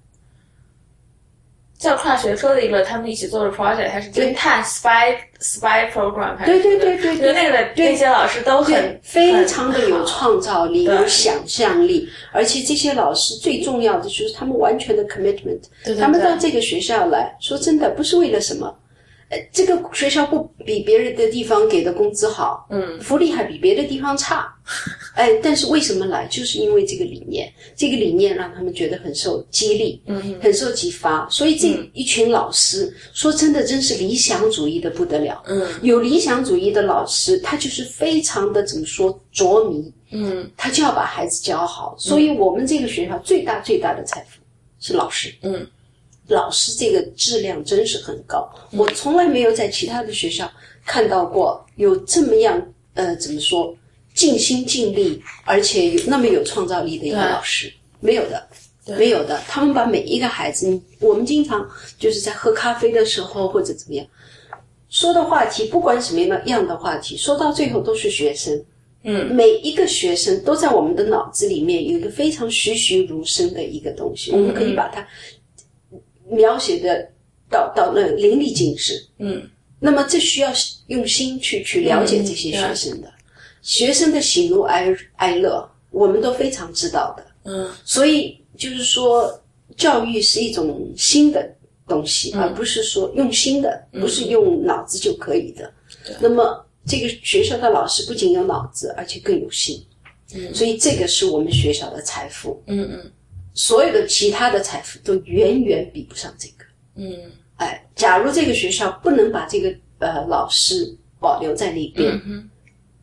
Speaker 1: 叫跨学科的一个，他们一起做的 project，还是
Speaker 2: 对
Speaker 1: 侦探 spy spy program，还
Speaker 2: 对
Speaker 1: 是什
Speaker 2: 对
Speaker 1: 么
Speaker 2: 对对
Speaker 1: 就
Speaker 2: 对
Speaker 1: 那个
Speaker 2: 对
Speaker 1: 那些老师都
Speaker 2: 对
Speaker 1: 很，
Speaker 2: 非常的有
Speaker 1: 很
Speaker 2: 创造力，
Speaker 1: 对
Speaker 2: 有想象力，而且这些老师最重要的就是他们完全的 commitment，
Speaker 1: 对对
Speaker 2: 他们
Speaker 1: 对
Speaker 2: 到这个学校来说真的不是为了什么，呃，这个学校不比别人的地方给的工资好，
Speaker 1: 嗯
Speaker 2: 福利还比别的地方差， 哎，但是为什么来？就是因为这个理念，这个理念让他们觉得很受激励，
Speaker 1: 嗯
Speaker 2: 很受激发，所以这一群老师、说真的，真是理想主义的不得了。
Speaker 1: 嗯
Speaker 2: 有理想主义的老师，他就是非常的怎么说着迷，
Speaker 1: 嗯
Speaker 2: 他就要把孩子教好。所以我们这个学校最大最大的财富是老师，
Speaker 1: 嗯
Speaker 2: 老师这个质量真是很高。我从来没有在其他的学校看到过有这么样呃怎么说尽心尽力，而且有那么有创造力的一个
Speaker 1: 对
Speaker 2: 老师，没有的。
Speaker 1: 对
Speaker 2: 没有的，他们把每一个孩子，你我们经常就是在喝咖啡的时候或者怎么样，说的话题，不管什么样的话题，说到最后都是学生。
Speaker 1: 嗯
Speaker 2: 每一个学生都在我们的脑子里面有一个非常栩栩如生的一个东西，我们
Speaker 1: 嗯
Speaker 2: 可以把它描写的到到那淋漓尽致。
Speaker 1: 嗯
Speaker 2: 那么这需要用心去去了解这些学生的，学生的喜怒哀哀乐，我们都非常知道的。
Speaker 1: 嗯
Speaker 2: 所以就是说，教育是一种新的东西，
Speaker 1: 嗯
Speaker 2: 而不是说用心的，不是用脑子就可以的。那么这个学校的老师不仅有脑子，而且更有心。
Speaker 1: 嗯
Speaker 2: 所以这个是我们学校的财富，
Speaker 1: 嗯
Speaker 2: 所有的其他的财富都远远比不上这个。
Speaker 1: 嗯
Speaker 2: 哎，假如这个学校不能把这个呃老师保留在那边，
Speaker 1: 嗯哼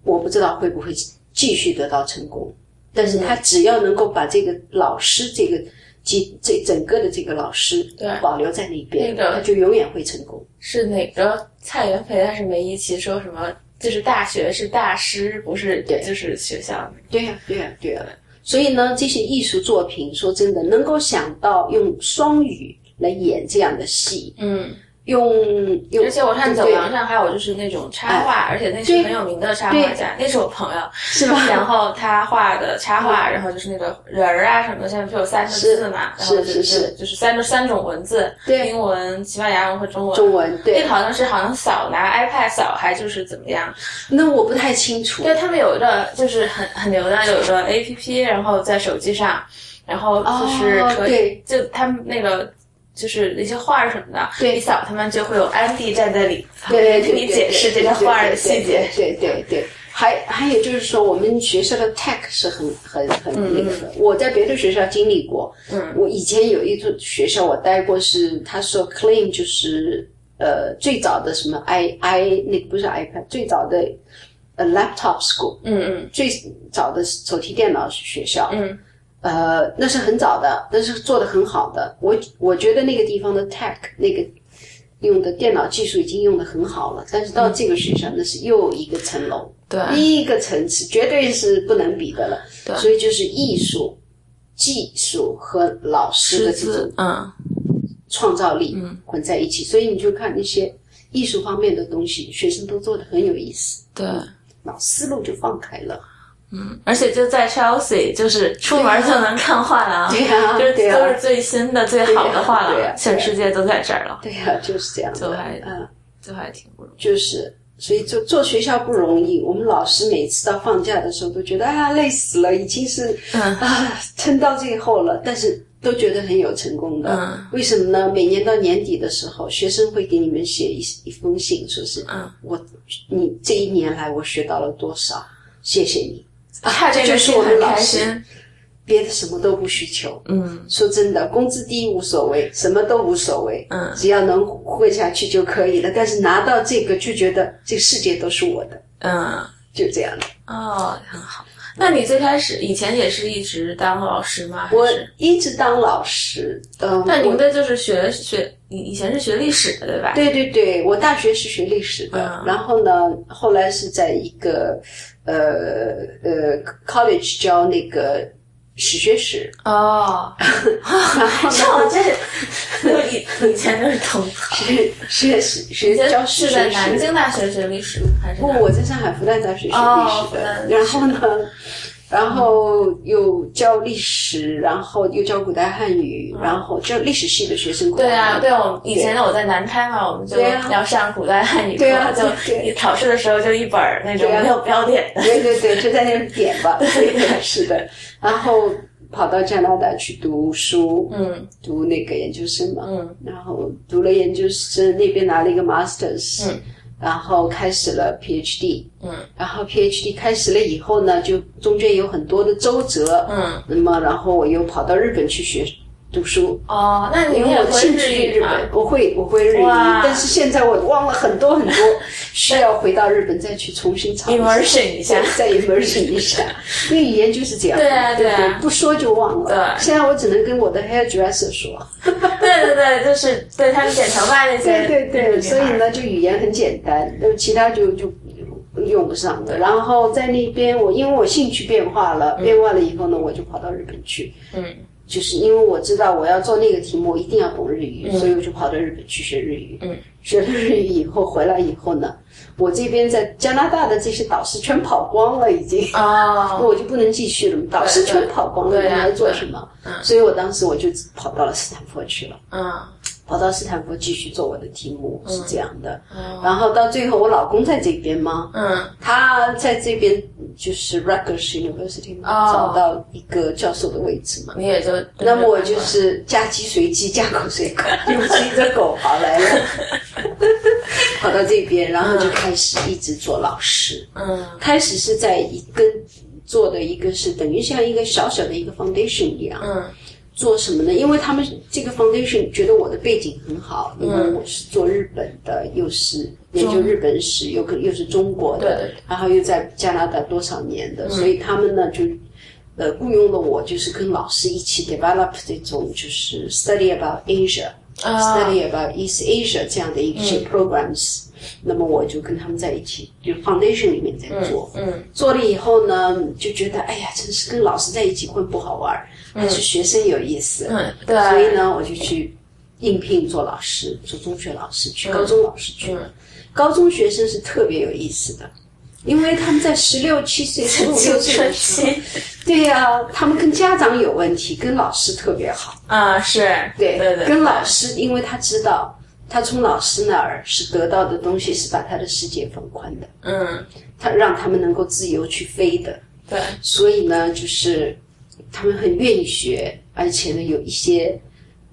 Speaker 2: 我不知道会不会继续得到成功，但是
Speaker 1: 嗯
Speaker 2: 他只要能够把这个老师这个几这整个的这个老师
Speaker 1: 对
Speaker 2: 保留在那边，
Speaker 1: 那个
Speaker 2: 他就永远会成功。
Speaker 1: 是哪个蔡元培还是梅贻琦说什么？就是大学是大师，不是
Speaker 2: 对
Speaker 1: 就是学校。
Speaker 2: 对呀、对呀、对呀、所以呢，这些艺术作品，说真的，能够想到用双语来演这样的戏，
Speaker 1: 嗯。
Speaker 2: 用用，
Speaker 1: 而且我看走
Speaker 2: 对哎
Speaker 1: 廊上还有就是那种插画，而且那是
Speaker 2: 对
Speaker 1: 很有名的插画家，那是我朋友，
Speaker 2: 是吧？
Speaker 1: 然后他画的插画，然后就是那个人儿啊什么的，下面不有三个字嘛，然后
Speaker 2: 是
Speaker 1: 就是
Speaker 2: 是
Speaker 1: 就是三种三种文字，
Speaker 2: 对
Speaker 1: 英文、西班牙文和中文。
Speaker 2: 中文
Speaker 1: 那
Speaker 2: 对
Speaker 1: 个，好像是好像扫拿 iPad 扫还就是怎么样？
Speaker 2: 那我不太清楚。
Speaker 1: 对他们有一个就是很很牛的有一个 APP，然后在手机上，然后就是
Speaker 2: 哦
Speaker 1: 可以、
Speaker 2: 对
Speaker 1: 就他们那个就是那些画儿什么的，
Speaker 2: 对
Speaker 1: 一扫他们就会有安迪站在里
Speaker 2: 对对对对对
Speaker 1: 旁
Speaker 2: 对对对对对对对对对
Speaker 1: 边给你解释这些画儿的细节。。
Speaker 2: 对对对对，还还有就是说，我们学校的 tech 是很很很那个的。我在别的学校经历过，
Speaker 1: 嗯，
Speaker 2: 我以前有一所学校我待过是，他说 claim 就是呃最早的什么 i i 那个不是 iPad，最早的呃 laptop school，
Speaker 1: 嗯
Speaker 2: 最早的手提电脑学校。
Speaker 1: 嗯
Speaker 2: 呃，那是很早的，那是做的很好的。我我觉得那个地方的 tech 那个用的电脑技术已经用的很好了，但是到这个学校，那是又一个层楼，
Speaker 1: 对
Speaker 2: 一个层次，绝对是不能比的了。
Speaker 1: 对
Speaker 2: 所以就是艺术、技术和老师的这种
Speaker 1: 嗯
Speaker 2: 创造力
Speaker 1: 嗯
Speaker 2: 混在一起，所以你就看那些艺术方面的东西，学生都做的很有意思，
Speaker 1: 对，
Speaker 2: 脑思路就放开了。
Speaker 1: 而且就在 Chelsea，就是出门就能看画廊，
Speaker 2: 对呀、
Speaker 1: 啊 就是
Speaker 2: 对呀、啊
Speaker 1: 都是最新的最好的画
Speaker 2: 对啊对啊
Speaker 1: 廊，全世界都在这儿了，
Speaker 2: 对呀、就是这样的。
Speaker 1: 就还
Speaker 2: 嗯。
Speaker 1: 就还挺不容易。
Speaker 2: 就是，所以做做学校不容易。我们老师每次到放假的时候都觉得啊累死了，已经是
Speaker 1: 嗯
Speaker 2: 啊撑到最后了，但是都觉得很有成功的。
Speaker 1: 嗯
Speaker 2: 为什么呢？每年到年底的时候，学生会给你们写一一封信，说是
Speaker 1: 嗯，
Speaker 2: 我你这一年来我学到了多少，谢谢你。
Speaker 1: 看这
Speaker 2: 这
Speaker 1: 个
Speaker 2: 就是
Speaker 1: 戏
Speaker 2: 我们
Speaker 1: 很
Speaker 2: 老
Speaker 1: 开
Speaker 2: 师
Speaker 1: 心，
Speaker 2: 别的什么都不需求。
Speaker 1: 嗯
Speaker 2: 说真的，工资低无所谓，什么都无所谓，
Speaker 1: 嗯
Speaker 2: 只要能混下去就可以了。但是拿到这个就觉得这个世界都是我的，
Speaker 1: 嗯，
Speaker 2: 就这样的。
Speaker 1: 哦，很好。那你最开始以前也是一直当老师吗？还
Speaker 2: 我
Speaker 1: 是
Speaker 2: 一直当老师，嗯，
Speaker 1: 那您
Speaker 2: 我
Speaker 1: 的就是学学，你以前是学历史的对吧？
Speaker 2: 对对对，我大学是学历史的，
Speaker 1: 嗯
Speaker 2: 然后呢，后来是在一个呃呃 college 教那个史学史，
Speaker 1: 哦，
Speaker 2: 然后呢
Speaker 1: 像我这， 我以以前就是同行。
Speaker 2: 学 学史
Speaker 1: 以
Speaker 2: 学
Speaker 1: 前
Speaker 2: 教史
Speaker 1: 是
Speaker 2: 学
Speaker 1: 在
Speaker 2: 史
Speaker 1: 南京大学学历史还是
Speaker 2: 不
Speaker 1: 哪？，
Speaker 2: 我在上海复旦大学学历史的，
Speaker 1: 哦复旦
Speaker 2: 然后呢，然后又教历史，然后又教古代汉语，然后教历史系的学生。
Speaker 1: 嗯对啊，对，我们以前我在南开嘛，我们就
Speaker 2: 对啊
Speaker 1: 要上古代汉语课，
Speaker 2: 对啊
Speaker 1: 就
Speaker 2: 对对
Speaker 1: 你考试的时候就一本儿那种
Speaker 2: 对啊
Speaker 1: 没有标点的。
Speaker 2: 对对对，就在那里点 吧，对，是的。然后跑到加拿大去读书，
Speaker 1: 嗯
Speaker 2: 读那个研究生嘛，
Speaker 1: 嗯
Speaker 2: 然后读了研究生，那边拿了一个 masters，、
Speaker 1: 嗯
Speaker 2: 然后开始了 PhD，
Speaker 1: 嗯
Speaker 2: 然后 PhD 开始了以后呢，就中间有很多的周折，
Speaker 1: 嗯。
Speaker 2: 那么然后我又跑到日本去学读书。
Speaker 1: 哦，那你
Speaker 2: 因为
Speaker 1: 也
Speaker 2: 我
Speaker 1: 会
Speaker 2: 兴
Speaker 1: 日
Speaker 2: 趣
Speaker 1: 语
Speaker 2: 日
Speaker 1: 吗？
Speaker 2: 本，我会我会日语，
Speaker 1: 哇
Speaker 2: 但是现在我忘了很多 很多，需要回到日本再去重新尝试
Speaker 1: immersion 一下。
Speaker 2: 再 immersion 一下，因为语言就是这样，
Speaker 1: 对啊
Speaker 2: 对不
Speaker 1: 对啊
Speaker 2: 不说就忘了。
Speaker 1: 对
Speaker 2: 现在我只能跟我的 hairdresser 说，
Speaker 1: 对对对，就是对他们剪头发那些
Speaker 2: 对对对，
Speaker 1: 日
Speaker 2: 所
Speaker 1: 本女
Speaker 2: 以
Speaker 1: 孩
Speaker 2: 呢，就语言很简单，那么其他就就用不上了。然后在那边我，因为我兴趣变化了，变化了以后呢，我就跑到日本去。
Speaker 1: 嗯
Speaker 2: 就是因为我知道我要做那个题目，我一定要懂日语，
Speaker 1: 嗯
Speaker 2: 所以我就跑到日本去学日语。
Speaker 1: 嗯，
Speaker 2: 学了日语以后回来以后呢，我这边在加拿大的这些导师全跑光了，已经。那
Speaker 1: 哦，
Speaker 2: 我就不能继续了嘛，导师全跑光了，
Speaker 1: 对
Speaker 2: 你
Speaker 1: 啊
Speaker 2: 还做什么？
Speaker 1: 嗯
Speaker 2: 所以我当时我就跑到了斯坦福去了，
Speaker 1: 嗯
Speaker 2: 跑到斯坦福继续做我的题目，是这样的。
Speaker 1: 哦
Speaker 2: 然后到最后，我老公在这边嘛，
Speaker 1: 嗯
Speaker 2: 他在这边就是 Rutgers University 嘛，
Speaker 1: 哦
Speaker 2: 找到一个教授的位置嘛。
Speaker 1: 嗯你也就
Speaker 2: 那么我就是嫁鸡随鸡，嫁狗随 狗，又是一只狗跑来了，跑到这边，然后就开始一直做老师。
Speaker 1: 嗯
Speaker 2: 开始是在一根做的一个是等于像一个小小的一个 foundation 一样，
Speaker 1: 嗯
Speaker 2: 做什么呢？因为他们这个 foundation 觉得我的背景很好，
Speaker 1: 嗯
Speaker 2: 因为我是做日本的，又是研究日本史，又可又是中国
Speaker 1: 对
Speaker 2: 的，
Speaker 1: 对对嗯
Speaker 2: 然后又在加拿大多少年的，所以他们呢就。呃，雇佣了我，就是跟老师一起 develop 这种就是 study about Asia，
Speaker 1: 啊嗯
Speaker 2: study about East Asia 这样的一些 programs，、那么我就跟他们在一起，就 foundation 里面在做。
Speaker 1: 嗯
Speaker 2: 做了以后呢，就觉得哎呀，真是跟老师在一起混不好玩儿，还是学生有意思。
Speaker 1: 嗯
Speaker 2: 所以
Speaker 1: 对
Speaker 2: 呢，我就去应聘做老师，做中学老师，去高中老师去。
Speaker 1: 嗯
Speaker 2: 高中学生是特别有意思的，因为他们在十六七岁、十五
Speaker 1: 青
Speaker 2: 六岁
Speaker 1: 春
Speaker 2: 的时候，
Speaker 1: 期
Speaker 2: 对呀、他们跟家长有问题，跟老师特别好。
Speaker 1: 啊是
Speaker 2: 对
Speaker 1: 对对
Speaker 2: 跟老师，因为他知道他从老师那儿是得到的东西是把他的世界放宽的，
Speaker 1: 嗯
Speaker 2: 他让他们能够自由去飞的，
Speaker 1: 对
Speaker 2: 所以呢，就是他们很愿意学，而且呢，有一些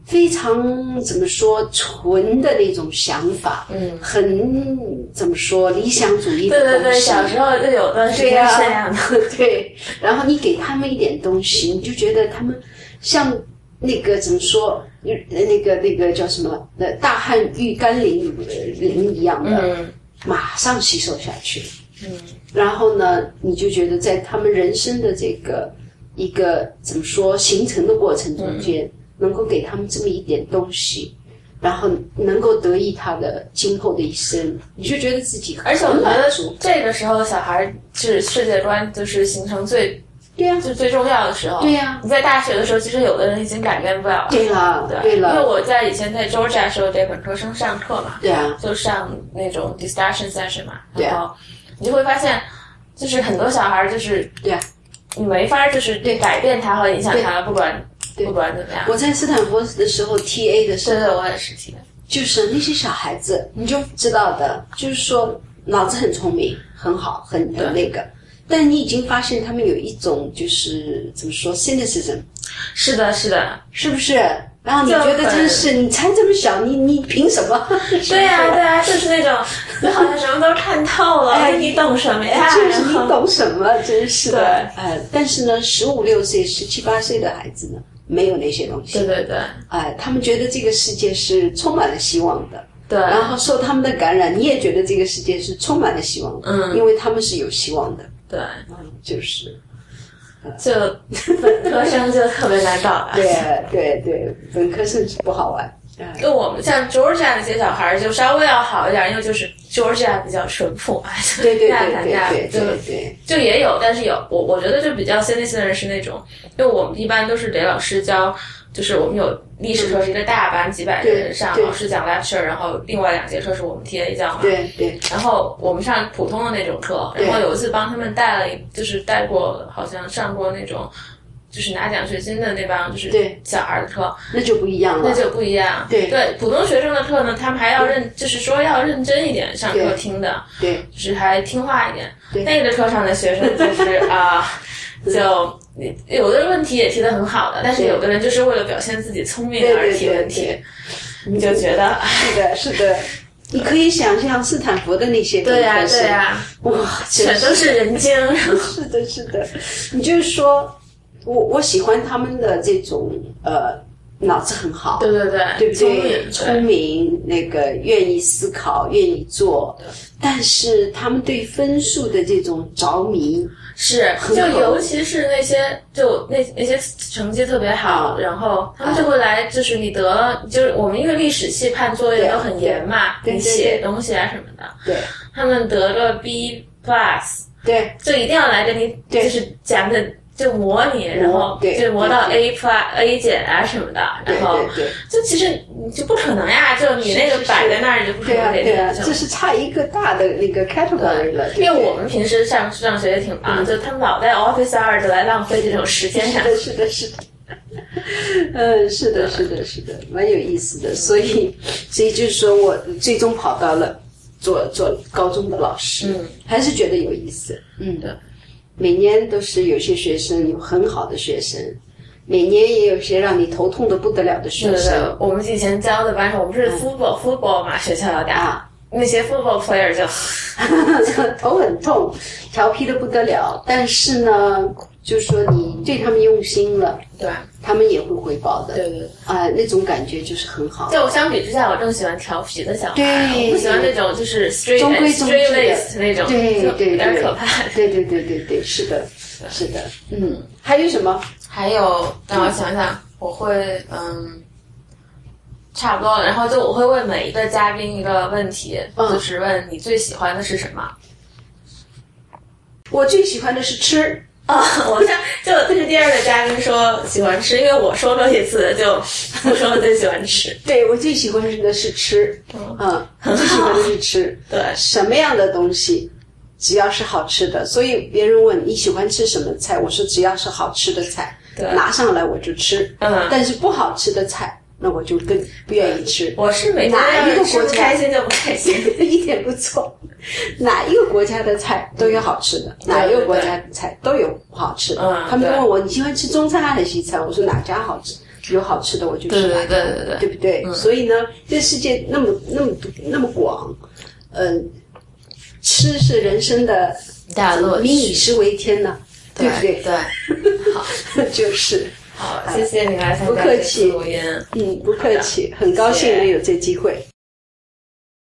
Speaker 2: 非常怎么说纯的那种想法，
Speaker 1: 嗯
Speaker 2: 很怎么说理想主义的
Speaker 1: 对
Speaker 2: 东
Speaker 1: 对
Speaker 2: 西。
Speaker 1: 对，小时候就有段时
Speaker 2: 对
Speaker 1: 间
Speaker 2: 呀、
Speaker 1: 是这样的。
Speaker 2: 对，然后你给他们一点东西，你就觉得他们像那个怎么说，呃那个那个叫什么？呃，大汉浴甘霖呃霖一样的，
Speaker 1: 嗯
Speaker 2: 马上吸收下去。
Speaker 1: 嗯
Speaker 2: 然后呢，你就觉得在他们人生的这个一个怎么说形成的过程中间，
Speaker 1: 嗯
Speaker 2: 能够给他们这么一点东西。然后能够得益他的今后的一生，你就觉得自己很
Speaker 1: 而且我觉
Speaker 2: 满
Speaker 1: 得
Speaker 2: 足
Speaker 1: 这个时候小孩儿是世界观就是形成最
Speaker 2: 对呀、
Speaker 1: 就最重要的时候。
Speaker 2: 对啊呀
Speaker 1: 你在大学的时候，其实有的人已经改变不了了。
Speaker 2: 对了，对
Speaker 1: 因为
Speaker 2: 了，
Speaker 1: 我在以前在 Georgia 时候给本科生上课嘛，
Speaker 2: 对啊，
Speaker 1: 就上那种 discussion session 嘛，
Speaker 2: 对啊
Speaker 1: 然后你就会发现，就是很多小孩儿就是
Speaker 2: 对啊。
Speaker 1: 你没法儿就是
Speaker 2: 对
Speaker 1: 改变他和影响他，不管
Speaker 2: 对
Speaker 1: 不管怎么样。
Speaker 2: 我在斯坦福的时候 TA 的时
Speaker 1: 对
Speaker 2: 候，
Speaker 1: 对，我也是体验。
Speaker 2: 就是那些小孩子，你就知道的，就是说脑子很聪明，很好，很很那个。但你已经发现他们有一种就是怎么说 cynicism，
Speaker 1: 是的，是的，
Speaker 2: 是不是？然后你
Speaker 3: 就
Speaker 2: 觉得
Speaker 3: 很
Speaker 2: 真是，你才这么小，你你凭什么？
Speaker 1: 对呀、对呀、就是那种你好像什么都看透了，
Speaker 2: 哎
Speaker 1: 就你懂什么呀？
Speaker 2: 就是你
Speaker 1: 然后
Speaker 2: 懂什么，真是的。
Speaker 1: 对
Speaker 2: 哎，但是呢，十五六岁、十七八岁的孩子呢，没有那些东西。
Speaker 1: 对对对
Speaker 2: 哎，他们觉得这个世界是充满了希望的，
Speaker 1: 对，
Speaker 2: 然后受他们的感染，你也觉得这个世界是充满了希望的，
Speaker 1: 嗯
Speaker 2: 因为他们是有希望的，
Speaker 1: 对，
Speaker 2: 嗯，就是，
Speaker 1: 就本科生就特别难搞啊 吧。
Speaker 2: 对对对，本科生是不好玩，哎，
Speaker 3: 就我们
Speaker 1: 像 Georgia 那些小孩儿就稍微要好一点，因为就是 Georgia 比较淳朴嘛，就
Speaker 2: 对对
Speaker 1: 大
Speaker 2: 对
Speaker 1: 谈
Speaker 2: 对
Speaker 1: 大
Speaker 2: 对
Speaker 1: 就
Speaker 2: 对对，
Speaker 1: 就也有，但是有我我觉得就比较先进性的人是那种，因为我们一般都是给老师教，就是我们有历史课是一个大班几百
Speaker 2: 对
Speaker 1: 人上，
Speaker 2: 对
Speaker 1: 老师讲 lecture，然后另外两节课是我们 TA 教嘛，
Speaker 2: 对对，
Speaker 1: 然后我们上普通的那种课，
Speaker 2: 对
Speaker 1: 然后有一次帮他们带了一，就是带过，好像上过那种，就是拿奖学金的那帮，就是
Speaker 2: 对
Speaker 1: 小孩儿的课，
Speaker 2: 那就不一样了，
Speaker 1: 那就不一样。
Speaker 2: 对
Speaker 1: 普通学生的课呢，他们还要认，就是说要认真一点上课
Speaker 2: 对
Speaker 1: 听的，
Speaker 2: 对
Speaker 1: 就是还听话一点。
Speaker 2: 对
Speaker 1: 那个课上的学生就是 啊、就有的问题也提得很好的，但是
Speaker 2: 对
Speaker 1: 有的人就是为了表现自己聪明
Speaker 2: 对
Speaker 1: 而
Speaker 2: 对
Speaker 1: 提
Speaker 2: 对
Speaker 1: 问题
Speaker 2: 对，
Speaker 1: 你就觉得哎
Speaker 2: 是的，是 的。你可以想象斯坦福的那些本
Speaker 1: 对呀
Speaker 2: 科生，
Speaker 1: 对呀，
Speaker 2: 哇，
Speaker 1: 全
Speaker 2: 全
Speaker 1: 都是人精，然后
Speaker 2: 是的，是的。你就是说，我我喜欢他们的这种呃，脑子很好，
Speaker 1: 对对对，
Speaker 2: 对不
Speaker 1: 聪
Speaker 2: 对？
Speaker 1: 明
Speaker 2: 聪明，那个愿意思考，愿意做，但是他们对分数的这种着迷，
Speaker 1: 是，
Speaker 2: 很
Speaker 1: 就
Speaker 2: 好
Speaker 1: 尤其是那些就那那些成绩特别
Speaker 2: 嗯
Speaker 1: 好，然后他们就会来，就是你得了，就是我们因为历史系判作业
Speaker 2: 对
Speaker 1: 都很严嘛，
Speaker 2: 对对
Speaker 1: 你
Speaker 2: 对
Speaker 1: 写东西啊什么的，
Speaker 2: 对
Speaker 1: 他们得个 B plus，
Speaker 2: 对
Speaker 1: 就一定要来跟你
Speaker 2: 对
Speaker 1: 就是讲的就模拟，然后
Speaker 2: 对
Speaker 1: 就磨到
Speaker 2: 对
Speaker 1: A plus A 减啊什么的，
Speaker 2: 对
Speaker 1: 然后
Speaker 2: 对对，
Speaker 1: 就其实你就不可能呀，就你那个
Speaker 2: 是是
Speaker 1: 摆在那儿你就不可
Speaker 2: 对
Speaker 1: 能
Speaker 2: 啊
Speaker 1: 给
Speaker 2: 对啊
Speaker 1: 你，就
Speaker 2: 这是差一个大的那个 category 了，对
Speaker 1: 因为
Speaker 2: 不对
Speaker 1: 我们平时上上学也挺忙，就他们老在 Office 二就来浪费这种时间上。
Speaker 2: 是的，是的，是的，嗯，是的，是的，是的，蛮有意思的。所以，所以就是说我最终跑到了做做高中的老师，
Speaker 1: 嗯，
Speaker 2: 还是觉得有意思，嗯
Speaker 1: 对。
Speaker 2: 每年都是有些学生有很好的学生，每年也有些让你头痛的不得了的
Speaker 1: 对
Speaker 2: 学
Speaker 1: 对
Speaker 2: 生
Speaker 1: 对，我们以前教的班上，我们是 football、football 嘛，学校要打、
Speaker 2: 嗯啊，
Speaker 1: 那些 football player 就
Speaker 2: 头很痛，调皮的不得了。但是呢，就是说你对他们用心了，
Speaker 1: 对
Speaker 2: 他们也会回报的，
Speaker 1: 对对对。
Speaker 2: 啊、那种感觉就是很好。
Speaker 1: 就相比之下，我更喜欢调皮的小孩，
Speaker 2: 对
Speaker 1: 我不喜欢那种就是 straight
Speaker 2: 中规
Speaker 1: and
Speaker 2: 中矩的
Speaker 1: straight laced 那种，
Speaker 2: 对对
Speaker 1: 就
Speaker 2: 对，
Speaker 1: 有点可怕。
Speaker 2: 对对对对对，是的，是的，嗯，还有什么？
Speaker 1: 还有，让我想想，我会嗯，差不多了。然后就我会问每一个嘉宾一个问题，
Speaker 2: 嗯
Speaker 1: 就是问你最喜欢的是什么。
Speaker 2: 我最喜欢的是吃，
Speaker 1: 啊、我上就这是第二个嘉宾说喜欢吃，因为我说过一次，就我说我最喜欢吃，
Speaker 2: 对我最喜欢的是吃，嗯，最喜欢的是吃，
Speaker 1: 对，
Speaker 2: 什么样的东西，只要是好吃的，所以别人问你喜欢吃什么菜，我说只要是好吃的菜，
Speaker 1: 对
Speaker 2: 拿上来我就吃，
Speaker 1: 嗯
Speaker 2: 但是不好吃的菜，那我就更不愿意吃。
Speaker 1: 我是每天
Speaker 2: 哪一个国
Speaker 1: 吃不
Speaker 2: 家
Speaker 1: 开心就不开心，
Speaker 2: 一点不错。哪一个国家的菜都有好吃的，哪一个国家的菜都有不好吃的。
Speaker 1: 嗯
Speaker 2: 他们
Speaker 1: 对
Speaker 2: 问我你喜欢吃中餐还是西餐，我说哪家好吃，有好吃的我就吃
Speaker 1: 对对
Speaker 2: 哪家，
Speaker 1: 对对对嗯
Speaker 2: 不对？所以呢，这世界那么那么那么广，嗯、吃是人生的
Speaker 1: 大 乐
Speaker 2: 民以食为天呐、对不
Speaker 1: 对
Speaker 2: 对？
Speaker 1: 对，
Speaker 2: 就是，
Speaker 1: 好，谢谢你来参
Speaker 2: 不
Speaker 1: 加
Speaker 2: 客
Speaker 1: 这次
Speaker 2: 气
Speaker 1: 录音，
Speaker 2: 嗯，不客气，很高兴能有这机会。